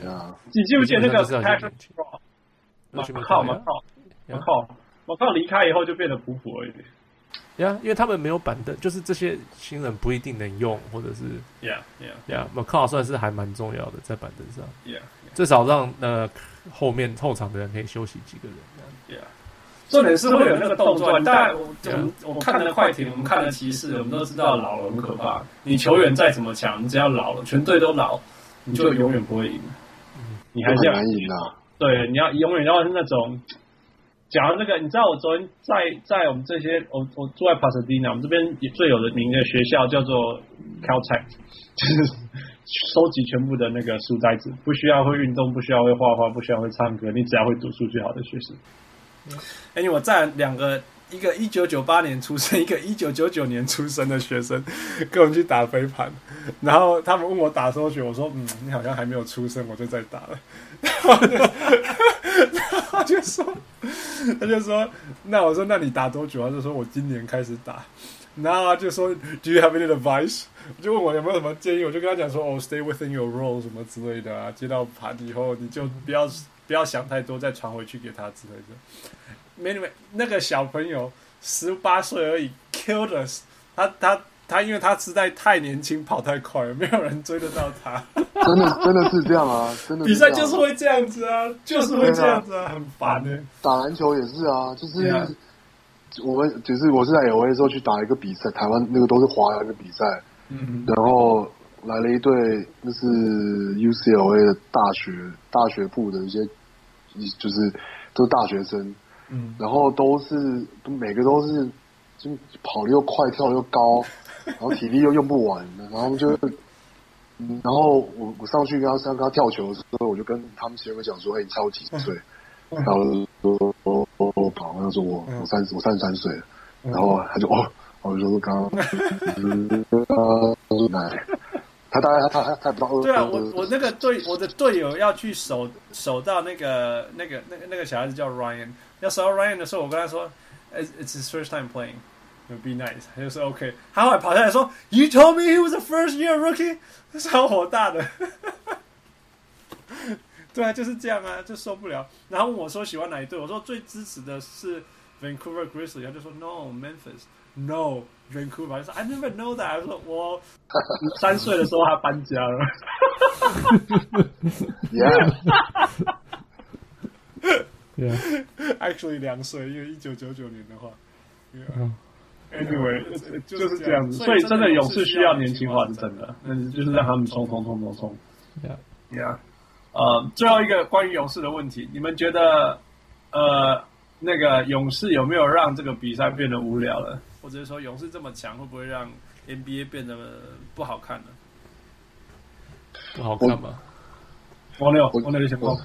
[SPEAKER 4] 对啊，
[SPEAKER 3] 你记不记得那个
[SPEAKER 2] 基本上就是要
[SPEAKER 3] Patrick
[SPEAKER 2] 年轻
[SPEAKER 3] Straw？
[SPEAKER 2] 那
[SPEAKER 3] 马
[SPEAKER 2] 去美
[SPEAKER 3] 靠
[SPEAKER 2] 国
[SPEAKER 3] 马
[SPEAKER 2] 呀
[SPEAKER 3] 靠马
[SPEAKER 2] Yeah
[SPEAKER 3] 靠马靠离开以后就变得普普而已。
[SPEAKER 2] 呀，因为他们没有板凳，就是这些新人不一定能用，或者是
[SPEAKER 3] Yeah, yeah,
[SPEAKER 2] 呀，McCall 算是还蛮重要的在板凳上，
[SPEAKER 3] yeah,
[SPEAKER 2] 至少让呃后面后场的人可以休息几个人。这样
[SPEAKER 3] yeah. 重点是会有那个动作，当然我
[SPEAKER 2] Yeah
[SPEAKER 3] 我们我们看的快艇，我们看的骑士，我们都知道老了很可怕。你球员再怎么强，你只要老了，全队都老，你就永远不会赢。你还是
[SPEAKER 4] 很
[SPEAKER 3] 要
[SPEAKER 4] 难赢啊。
[SPEAKER 3] 对，你要永远要是那种。讲到这个，你知道我昨天在在我们这些，我我住在帕萨迪纳，我们这边也最有名的学校叫做 Caltech，就是 收集全部的那个书呆子，不需要会运动，不需要会画画，不需要会唱歌，你只要会读书最好的学生。哎、我占两个，一个一九九八年出生，一个一九九九年出生的学生，跟我们去打飞盘，然后他们问我打多久，我说嗯，你好像还没有出生，我就在打了。 他就说，他就说，那我说那你打多久？他就说我今年开始打。然后他就说，Do you have any advice？我就问我有没有什么建议，我就跟他讲说，哦、s t a y within your role 什么之类的啊。接到盘以后，你就不要不要想太多，再传回去给他之类的。没没，那个小朋友十八岁而已，killed us 他。他他因为他实在太年轻，跑太快了，没有人追得到他。
[SPEAKER 4] 真的真的是这样啊，真的
[SPEAKER 3] 比赛就是
[SPEAKER 4] 这样啊
[SPEAKER 3] 会这样子啊，就是会这样子啊，很烦的、
[SPEAKER 4] 打篮球也是啊，就是
[SPEAKER 3] Yeah
[SPEAKER 4] 我们只是我是在 L A 的时候去打一个比赛，台湾那个都是华人的比赛，
[SPEAKER 3] 嗯，
[SPEAKER 4] 然后来了一队那是 U C L A 的大学大学部的一些，一就是都是大学生，
[SPEAKER 3] 嗯，
[SPEAKER 4] 然后都是每个都是就跑的又快，跳的又高， 然后体力又用不完，然后就。嗯然后我我上去跟他上跟他跳球的时候，我就跟他们前面讲说：“哎、你差我几岁？”然后我说我我我跑，然后说我
[SPEAKER 3] 嗯
[SPEAKER 4] 我三十我三十三岁了，然后他就哦，我就说刚刚嗯呃他说奶，他大概他他他也不到二，
[SPEAKER 3] 对啊，我 我那个队我的队友要去守守到那个那个那个那个小孩子叫 Ryan，要守到 Ryan 的时候，我跟他说，It's it's his first time playing。Be nice，他就说 OK。他后来跑下来说，You told me he was a first year rookie，超火大的。 对啊，就是这样啊，就受不了。然后问我说喜欢哪一队，我说最支持的是 Vancouver Grizzlies，他就说 No Memphis，No Vancouver，他说 I never know that，我说我
[SPEAKER 1] 三岁的时候他搬家了，
[SPEAKER 4] yeah
[SPEAKER 2] 对啊，
[SPEAKER 3] actually 两岁，因为一九九九年的话。
[SPEAKER 2] 嗯
[SPEAKER 1] Anyway，
[SPEAKER 3] 就
[SPEAKER 1] 就是是
[SPEAKER 3] 这
[SPEAKER 1] 这
[SPEAKER 3] 样
[SPEAKER 1] 样
[SPEAKER 3] 子
[SPEAKER 1] 子。
[SPEAKER 3] 所
[SPEAKER 1] 所
[SPEAKER 3] 以
[SPEAKER 1] 以
[SPEAKER 3] 真
[SPEAKER 1] 真
[SPEAKER 3] 的
[SPEAKER 1] 的
[SPEAKER 3] 勇
[SPEAKER 1] 勇
[SPEAKER 3] 士
[SPEAKER 1] 士
[SPEAKER 3] 需
[SPEAKER 1] 需
[SPEAKER 3] 要
[SPEAKER 1] 要
[SPEAKER 3] 年
[SPEAKER 1] 年
[SPEAKER 3] 轻
[SPEAKER 1] 轻
[SPEAKER 3] 化
[SPEAKER 1] 化
[SPEAKER 3] 是
[SPEAKER 1] 是
[SPEAKER 3] 真
[SPEAKER 1] 真
[SPEAKER 3] 的
[SPEAKER 1] 的，嗯，就是让他们冲冲冲冲冲。
[SPEAKER 2] 对啊，
[SPEAKER 1] Yeah，呃，最后一个关于勇士的问题，你们觉得呃，那个勇士有没有让这个比赛变得无聊了？
[SPEAKER 3] 或者是说勇士这么强，会不会让 NBA 变得不好看呢？
[SPEAKER 2] 不好看吧？
[SPEAKER 1] 王六，
[SPEAKER 4] 我
[SPEAKER 1] 王六你想过
[SPEAKER 4] 我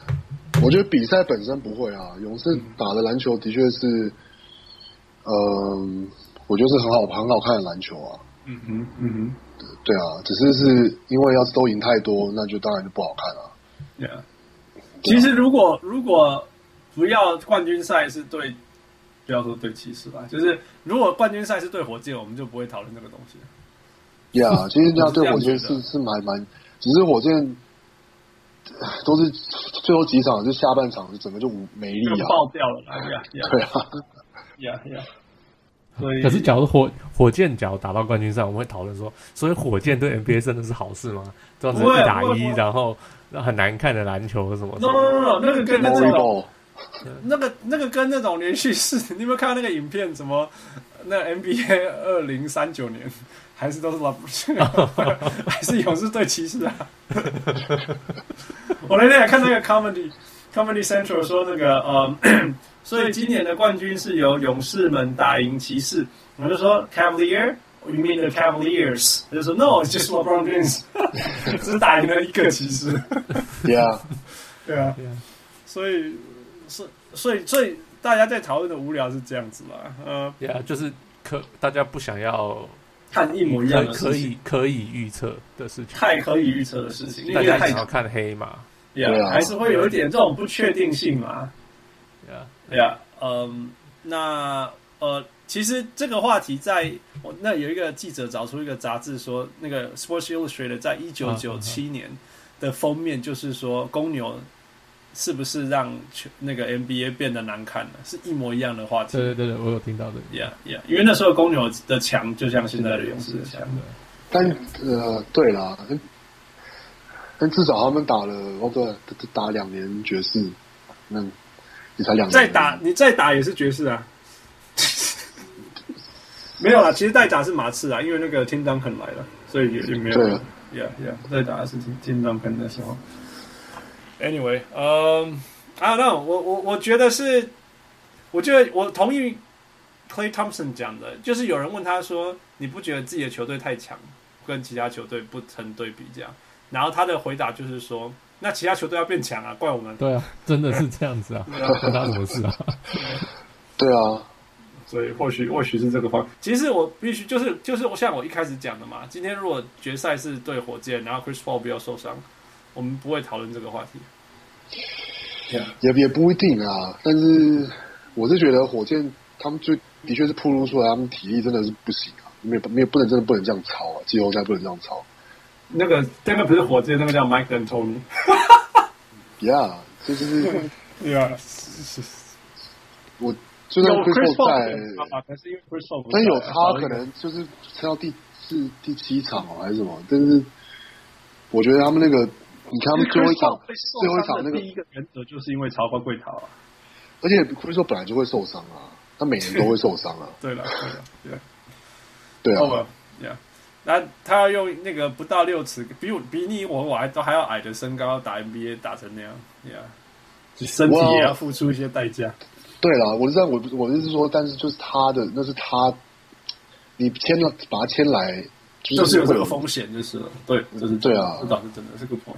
[SPEAKER 4] 我觉得比赛本身不会啊，勇士打的篮球的确是，嗯、我觉得是很好很好看的篮球啊，
[SPEAKER 1] 嗯哼，嗯
[SPEAKER 4] 对啊，只是是因为要是都赢太多，那就当然就不好看了、
[SPEAKER 1] 哼，Yeah。
[SPEAKER 4] 对啊
[SPEAKER 1] 其实如果如果不要冠军赛是对，不要说对骑士吧，就是如果冠军赛是对火箭，我们就不会讨论这个东西了。
[SPEAKER 4] Yeah，其实这样对火
[SPEAKER 3] 我
[SPEAKER 4] 箭
[SPEAKER 3] 是这样觉
[SPEAKER 4] 是
[SPEAKER 3] 得
[SPEAKER 4] 是蛮蛮，只是火箭呃都是最后几场就下半场就整个就无没力
[SPEAKER 1] 就
[SPEAKER 4] 啊，
[SPEAKER 1] 爆掉 了啦呀
[SPEAKER 4] 对
[SPEAKER 1] 呀
[SPEAKER 4] 啊，
[SPEAKER 1] 呀呀！所以
[SPEAKER 2] 可是，假如火火箭假如打到冠军赛，我们会讨论说，所以火箭对 NBA 真的是好事吗？这样子
[SPEAKER 1] 不会
[SPEAKER 2] 一打
[SPEAKER 1] 不会
[SPEAKER 2] 一
[SPEAKER 1] 不，会
[SPEAKER 2] 然后很难看的篮球什么什
[SPEAKER 1] no no
[SPEAKER 2] 么，
[SPEAKER 1] no no，那个跟那种
[SPEAKER 4] Mori ball，
[SPEAKER 3] 那个那个跟那种连续四， 你有没有看到那个影片？什么那 NBA 二零三九年还是都是 LeBron，还是勇士对骑士啊？ 我那天也看那个 Comedy Comedy Central 说那个呃， 所以今年的冠军是由勇士们打赢骑士。我就说 Cavalier。You mean the Cavaliers？他就说 No, it's just LeBron James，只 打赢了一个骑士。
[SPEAKER 4] ，Yeah，
[SPEAKER 3] 对啊
[SPEAKER 2] 对啊，
[SPEAKER 3] 所以呃是所以所以大家在讨论的无聊是这样子啦，呃，
[SPEAKER 2] 对啊，就是可大家不想要
[SPEAKER 1] 看一模一样
[SPEAKER 2] 可
[SPEAKER 1] 的事
[SPEAKER 2] 可
[SPEAKER 1] 情，
[SPEAKER 2] 以可以预测的事情，
[SPEAKER 1] 太可以预测的事情，因
[SPEAKER 2] 大
[SPEAKER 1] 为
[SPEAKER 2] 家
[SPEAKER 1] 太
[SPEAKER 2] 想要看黑马，
[SPEAKER 1] 对
[SPEAKER 4] 对
[SPEAKER 1] 啊，
[SPEAKER 4] 啊
[SPEAKER 1] 还是会有一点这种不确定性嘛。
[SPEAKER 2] 对啊，
[SPEAKER 1] 对啊，
[SPEAKER 3] 嗯，那呃，其实这个话题在我那有一个记者找出一个杂志说，那个 Sports Illustrated 在一九九七年的封面就是说公牛是不是让球那个 NBA 变得难看了，是一模一样的话题。
[SPEAKER 2] 对对对，我有听到这个，
[SPEAKER 3] Yeah, yeah，因为那时候公牛的强就像现在的勇士的强。
[SPEAKER 4] 但呃，对啦，嗯但至少他们打了哦，对，打打两年爵士，那也才两年，
[SPEAKER 3] 再打你再打也是爵士啊。 没有啦，其实代打是马刺啊，因为那个 Tim Duncan 来了，所以也也没有。
[SPEAKER 4] 对
[SPEAKER 3] Yeah
[SPEAKER 4] 啊
[SPEAKER 3] yeah，代打的是 Tim Tim Duncan 的时候。Anyway，呃、i don't know，我我我觉得是，我觉得我同意 Clay Thompson 讲的，就是有人问他说，你不觉得自己的球队太强，跟其他球队不成对比这样？然后他的回答就是说，那其他球队要变强啊，怪我们。
[SPEAKER 2] 对啊，真的是这样 子啊，关他什么事啊？
[SPEAKER 4] 对啊，
[SPEAKER 3] 所以或许或许是这个方。其实我必须就是就是我像我一开始讲的嘛，今天如果决赛是对火箭，然后 Chris Paul 不要受伤，我们不会讨论这个话题。
[SPEAKER 4] 也也不一定啊，但是我是觉得火箭他们就的确是暴露出来，他们体力真的是不行啊，没有没有不能真的不能这样操啊，季后赛不能这样操
[SPEAKER 1] 那个那个不是火箭，那个叫 Mike and Tony。
[SPEAKER 4] ，Yeah，这就是
[SPEAKER 3] 对啊，
[SPEAKER 4] 我就算
[SPEAKER 1] Chris
[SPEAKER 4] Chris Paul
[SPEAKER 1] Paul
[SPEAKER 4] 在，
[SPEAKER 1] 啊，可是因为 Chris Paul 不在
[SPEAKER 4] 但有他
[SPEAKER 1] 少一
[SPEAKER 4] 可
[SPEAKER 1] 个
[SPEAKER 4] 能就是撑到第是第七场哦，还是什么？但是我觉得他们那个，你看他们最后一场，最后一场那个
[SPEAKER 1] 第一个原则就是因为超高贵逃啊，
[SPEAKER 4] 而且 c r u s 本来就会受伤啊，他每年都会受伤啊，
[SPEAKER 3] 对了，对了，对了。
[SPEAKER 4] 对啊。
[SPEAKER 3] 哦不，Yeah，那他要用那个不到六尺，比我比你我我还都还要矮的身高打 NBA 打成那样，Yeah，身体也要付出一些代价。
[SPEAKER 4] 对啦，我是这样，我不我就是说，但是就是他的，那是他，你签了把他签来，
[SPEAKER 3] 就是有
[SPEAKER 4] 会
[SPEAKER 3] 这个风险，就是了对，这是
[SPEAKER 4] 对啊
[SPEAKER 3] 这倒是真的，是个 point。